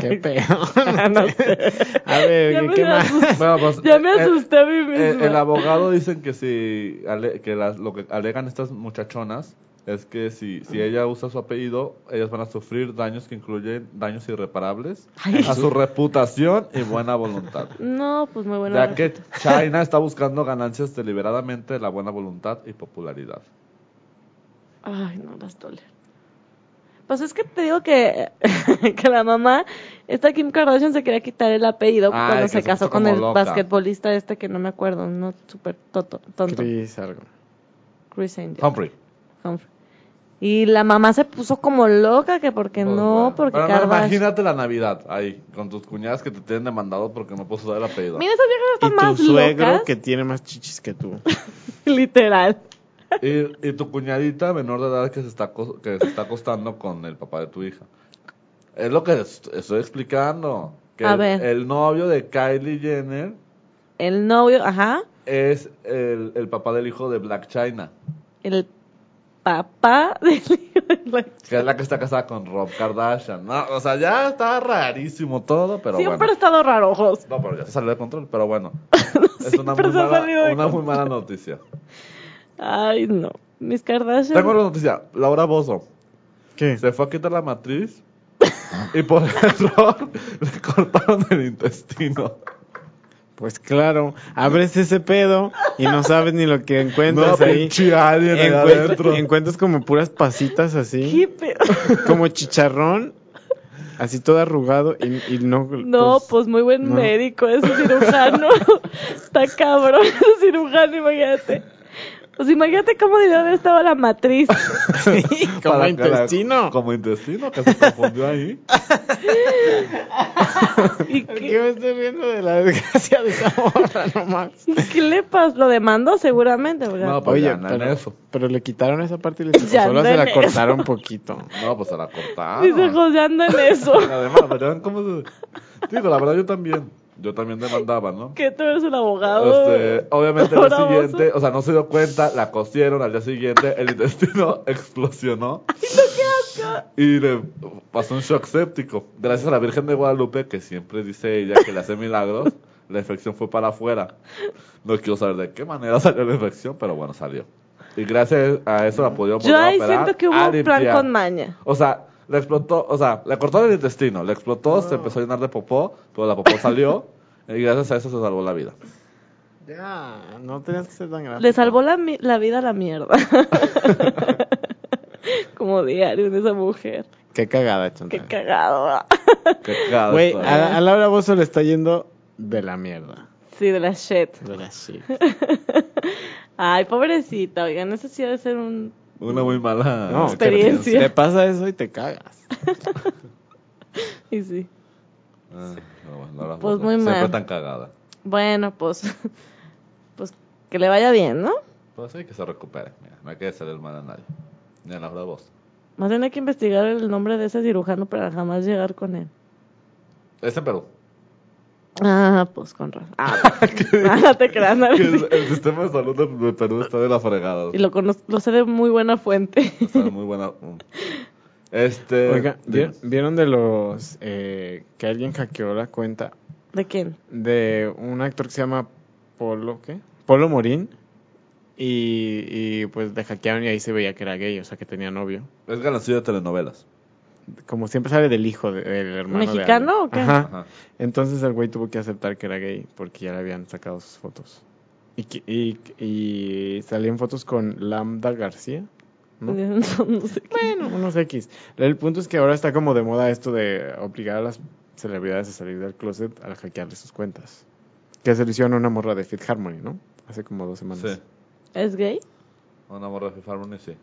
Speaker 1: Qué
Speaker 4: Ah,
Speaker 1: pedo.
Speaker 2: no sé.
Speaker 1: A ver,
Speaker 2: Ya
Speaker 1: ¿qué-
Speaker 2: me
Speaker 1: ¿qué más?
Speaker 2: asusté.
Speaker 4: Bueno, pues,
Speaker 2: ya me
Speaker 4: eh,
Speaker 2: asusté a mí
Speaker 4: Eh,
Speaker 2: misma.
Speaker 4: el abogado dicen que si ale- que las- lo que alegan estas muchachonas es que si, si ella usa su apellido, ellas van a sufrir daños que incluyen daños irreparables a su reputación y buena voluntad.
Speaker 2: No, pues muy bueno.
Speaker 4: ya que China está buscando ganancias deliberadamente de la buena voluntad y popularidad.
Speaker 2: Ay, no, las Toller. Pues es que te digo que, que la mamá, esta Kim Kardashian se quería quitar el apellido
Speaker 4: Ah,
Speaker 2: cuando
Speaker 4: que
Speaker 2: se
Speaker 4: se
Speaker 2: casó
Speaker 4: puso
Speaker 2: con
Speaker 4: como
Speaker 2: el
Speaker 4: loca.
Speaker 2: basquetbolista este que no me acuerdo, no súper toto- tonto,
Speaker 1: Chris, algo.
Speaker 2: Chris Angel.
Speaker 4: Humphrey.
Speaker 2: Humphrey. Y la mamá se puso como loca que porque
Speaker 4: Pues,
Speaker 2: no,
Speaker 4: bueno.
Speaker 2: porque
Speaker 4: Pero no,
Speaker 2: Kardashian-
Speaker 4: imagínate la Navidad ahí, con tus cuñadas que te tienen demandado porque no puedes usar el apellido.
Speaker 2: Mira, esas viejas
Speaker 1: Y
Speaker 2: están
Speaker 1: tu
Speaker 2: más
Speaker 1: suegro
Speaker 2: locas.
Speaker 1: que tiene más chichis que tú.
Speaker 2: Literal.
Speaker 4: Y, y tu cuñadita menor de edad que se está acos- que se está acostando con el papá de tu hija. Es lo que es- estoy explicando. Que
Speaker 2: A
Speaker 4: el,
Speaker 2: ver.
Speaker 4: el novio de Kylie Jenner
Speaker 2: El novio, ajá.
Speaker 4: es el, el papá del hijo de Black China,
Speaker 2: El papá del
Speaker 4: que es la que está casada con Rob Kardashian. No, o sea, ya está rarísimo todo, pero
Speaker 2: Siempre ha
Speaker 4: bueno.
Speaker 2: estado raro, ojos.
Speaker 4: No, pero ya se salió de control, pero bueno. es una,
Speaker 2: siempre
Speaker 4: muy
Speaker 2: se ha salido de
Speaker 4: mala, una muy
Speaker 2: control.
Speaker 4: mala noticia.
Speaker 2: Ay, no. Mis Kardashian.
Speaker 4: Tengo una noticia. Laura Bozo.
Speaker 1: ¿Qué?
Speaker 4: Se fue a quitar la matriz y por error le cortaron el intestino.
Speaker 1: Pues claro, abres ese pedo y no sabes ni lo que encuentras
Speaker 4: No,
Speaker 1: ahí.
Speaker 4: pinche alien ahí
Speaker 1: Encuent-
Speaker 4: adentro.
Speaker 1: encuentras como puras pasitas así,
Speaker 2: ¿Qué pedo?
Speaker 4: pues,
Speaker 1: como chicharrón, así todo arrugado y, y no.
Speaker 2: No, pues, muy buen
Speaker 1: no.
Speaker 2: médico, es un cirujano. Está cabrón, es un cirujano, imagínate. Pues imagínate cómo debió haber estado la matriz.
Speaker 1: Sí,
Speaker 2: pues,
Speaker 1: como
Speaker 4: Para que la-
Speaker 1: intestino.
Speaker 4: como intestino, que se confundió ahí.
Speaker 2: ¿Y
Speaker 1: ¿Por
Speaker 2: qué,
Speaker 1: qué me estoy riendo de la desgracia de esa morra nomás?
Speaker 2: y qué le pasó? ¿Lo demandó? Seguramente, ¿verdad?
Speaker 4: No, pues
Speaker 1: Oye,
Speaker 4: ya, nada en
Speaker 1: pero,
Speaker 4: eso.
Speaker 1: pero le quitaron esa parte y le
Speaker 2: Ya
Speaker 1: solo
Speaker 2: no
Speaker 1: se
Speaker 2: en
Speaker 1: la
Speaker 2: eso.
Speaker 1: cortaron un poquito.
Speaker 4: No, pues se la cortaron.
Speaker 2: Dice José, anda en eso.
Speaker 4: Además, pero vean cómo se... Digo, la verdad yo también. Yo también demandaba, ¿no?
Speaker 2: que tú eres el abogado.
Speaker 4: Este, obviamente al día
Speaker 2: Oh, Ahora vos-
Speaker 4: siguiente, o sea, no se dio cuenta, la cosieron, al día siguiente el intestino explosionó. Y le pasó un shock séptico. Gracias a la Virgen de Guadalupe, que siempre dice ella que le hace milagros, la infección fue para afuera. No quiero saber de qué manera salió la infección, pero bueno, salió. Y gracias a eso la pudieron
Speaker 2: Yo
Speaker 4: volver a
Speaker 2: ahí
Speaker 4: operar,
Speaker 2: siento que hubo
Speaker 4: pues a
Speaker 2: un plan
Speaker 4: limpiar.
Speaker 2: con maña.
Speaker 4: O sea, le explotó, o sea, le cortó el intestino, le explotó, se empezó a llenar de popó, pero la popó salió y gracias a eso se salvó la vida.
Speaker 1: Ya, no tenías que ser tan grave.
Speaker 2: Le salvó la, mi- la vida a la mierda. Como diario de esa mujer.
Speaker 1: Qué cagada, chanta.
Speaker 2: Qué ¿eh? cagado.
Speaker 4: Qué cagado
Speaker 1: Güey,
Speaker 4: está.
Speaker 1: a, a Laura Bozo le está yendo de la mierda.
Speaker 2: Sí, de la shit.
Speaker 1: De la shit.
Speaker 2: Ay, pobrecita, oigan, eso sí debe ser un...
Speaker 4: Una muy mala
Speaker 1: No, que
Speaker 2: Experiencia.
Speaker 1: Te pasa eso y te cagas.
Speaker 2: Y sí.
Speaker 4: Ah, no, bueno, no las
Speaker 2: Pues
Speaker 4: voy a-
Speaker 2: muy
Speaker 4: Siempre
Speaker 2: mal.
Speaker 4: tan cagada.
Speaker 2: Bueno, pues... Pues que le vaya bien, ¿no?
Speaker 4: Pues sí, que se recupere. Mira, no hay que salir mal a nadie. Ni a la hora voz.
Speaker 2: Más bien hay que investigar el nombre de ese cirujano para jamás llegar con él.
Speaker 4: Es en Perú.
Speaker 2: Ah, pues con razón. Ah, no te creas, no,
Speaker 4: Que
Speaker 2: sí.
Speaker 4: el, el sistema de salud de, de Perú está de la fregada.
Speaker 2: Y lo, conozco, lo sé de muy buena fuente.
Speaker 4: Está muy buena. mm. Este.
Speaker 1: Oiga,
Speaker 4: dime.
Speaker 1: ¿vie- ¿vieron de los eh, que alguien hackeó la cuenta
Speaker 2: ¿De quién?
Speaker 1: de un actor que se llama Polo, ¿qué? Polo Morín. Y, y pues le hackearon y ahí se veía que era gay, o sea que tenía novio.
Speaker 4: Es galancillo de telenovelas.
Speaker 1: Como siempre sabe del hijo de- del hermano. de
Speaker 2: ¿Mexicano
Speaker 1: alguien.
Speaker 2: o qué?
Speaker 1: Ajá.
Speaker 4: Ajá.
Speaker 1: Entonces el güey tuvo que aceptar que era gay porque ya le habían sacado sus fotos. Y, que- y, y salían fotos con Lambda García. ¿no?
Speaker 2: No, no sé quién.
Speaker 1: Bueno, unos X. El punto es que ahora está como de moda esto de obligar a las celebridades a salir del closet al hackearle sus cuentas. Que se lo hicieron a una morra de Fit Harmony, ¿no? Hace como dos semanas.
Speaker 4: Sí.
Speaker 2: ¿Es gay?
Speaker 4: Una morra de Fifth Harmony, sí.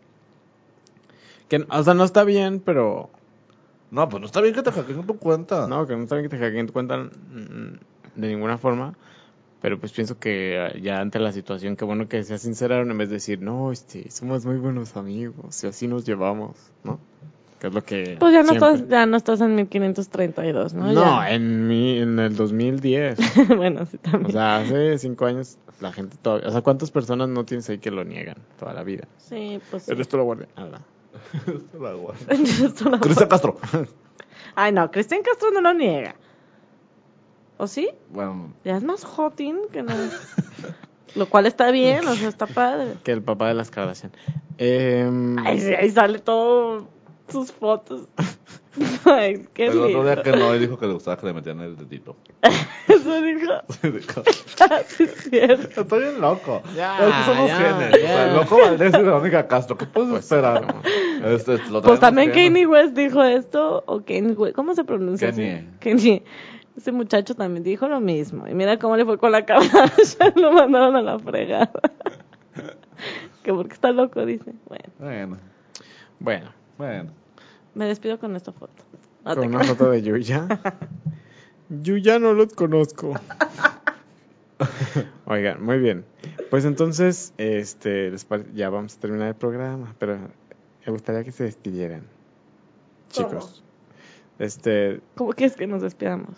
Speaker 1: Que, o sea, no está bien, pero...
Speaker 4: No, pues no está bien que te hackeen tu
Speaker 2: Ah.
Speaker 4: cuenta.
Speaker 1: No, que no está bien que te hackeen tu cuenta mm, de ninguna forma. Pero pues pienso que ah, ya ante la situación, que bueno que se sinceraron en vez de decir, no, este, somos muy buenos amigos y así nos llevamos, ¿no? Que es lo que...
Speaker 2: Pues ya no,
Speaker 1: siempre-
Speaker 2: estás, ya no estás en 1532,
Speaker 1: No,
Speaker 2: ¿no? Ya.
Speaker 1: en, mi, en el 2010.
Speaker 2: bueno, sí,
Speaker 1: O
Speaker 2: también.
Speaker 1: sea, hace cinco años la gente todavía... O sea, ¿cuántas personas no tienes ahí que lo niegan toda la vida?
Speaker 2: sí, pues sí.
Speaker 1: El resto lo guardan. Ah,
Speaker 4: Este La guarda.
Speaker 2: Esto no-
Speaker 4: Cristian Castro.
Speaker 2: Ay, no, Cristian Castro no lo niega. ¿O sí?
Speaker 4: Bueno,
Speaker 2: Ya es más jotín que no. Lo cual está bien, o sea, está padre.
Speaker 1: Que el papá de las Kardashian. Em,
Speaker 2: Ay, sí, ahí sale todo sus fotos. Ay, qué
Speaker 4: el otro día
Speaker 2: lindo.
Speaker 4: que no, él dijo que le gustaba que le metieran el dedito.
Speaker 2: Eso dijo.
Speaker 4: Dijo,
Speaker 2: Sí, es cierto.
Speaker 4: Estoy bien loco.
Speaker 1: Ya,
Speaker 4: es que somos
Speaker 1: ya,
Speaker 4: genes.
Speaker 1: ya.
Speaker 4: O sea, loco Valdés y Verónica Castro. ¿Qué puedes
Speaker 1: Pues,
Speaker 4: esperar?
Speaker 1: no.
Speaker 4: Este, lo
Speaker 2: Pues
Speaker 4: traemos
Speaker 2: también
Speaker 4: genes.
Speaker 2: Kanye West dijo esto, o Kanye West, ¿cómo se pronuncia?
Speaker 4: Kanye.
Speaker 2: así? Kanye. Ese muchacho también dijo lo mismo. Y mira cómo le fue con la Kardashian, lo mandaron a la fregada. que porque está loco, dice. Bueno,
Speaker 4: Bueno,
Speaker 1: bueno,
Speaker 4: bueno.
Speaker 2: me despido con esta foto. No te
Speaker 1: con una
Speaker 2: creas.
Speaker 1: foto de Yuya. Yuya no los conozco. Oigan, muy bien. Pues entonces, este, les pare- ya vamos a terminar el programa, pero me gustaría que se despidieran. Chicos. Este,
Speaker 2: ¿Cómo que es que nos despidamos?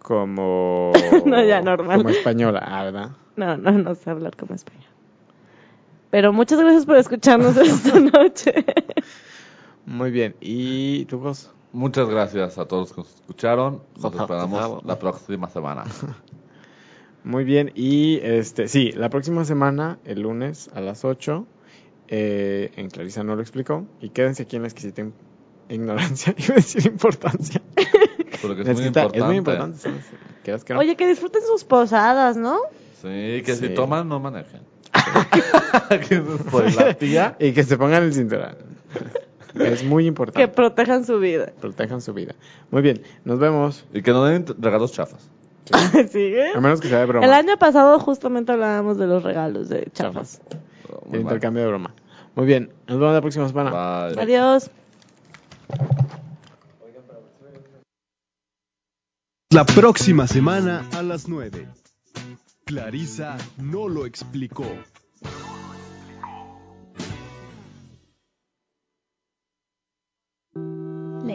Speaker 1: como
Speaker 2: No, ya, normal.
Speaker 1: como española, ah, ¿verdad?
Speaker 2: No, no, no sé hablar como español. Pero muchas gracias por escucharnos esta noche.
Speaker 1: Muy bien. ¿Y tu voz?
Speaker 4: Muchas gracias a todos los que nos escucharon. Nos
Speaker 1: Ojalá, ojalá.
Speaker 4: esperamos la próxima semana.
Speaker 1: Muy bien, y este, sí, la próxima semana, el lunes a las 8, eh, en Clarisa no lo explicó, y quédense aquí en la exquisita im- ignorancia, iba a decir importancia.
Speaker 4: Porque es muy
Speaker 1: Exquisita-
Speaker 4: importante.
Speaker 1: es muy importante, ¿sabes? Quieras que no.
Speaker 2: Oye, que disfruten sus posadas, ¿no?
Speaker 4: Sí, que
Speaker 1: Sí.
Speaker 4: si toman, no manejen. que pues la tía.
Speaker 1: Y que se pongan el cinturón. es muy
Speaker 2: Que
Speaker 1: importante.
Speaker 2: protejan su vida.
Speaker 1: Protejan su vida. Muy bien, nos vemos.
Speaker 4: Y que no den regalos chafas.
Speaker 2: ¿Sigue?
Speaker 1: A menos que sea de broma.
Speaker 2: El año pasado justamente hablábamos de los regalos de chafas.
Speaker 1: El
Speaker 4: Muy mal.
Speaker 1: intercambio de broma. Muy bien, nos vemos la próxima semana.
Speaker 4: Bye.
Speaker 2: Adiós.
Speaker 3: La próxima semana a las 9. Clarisa no lo explicó.
Speaker 6: La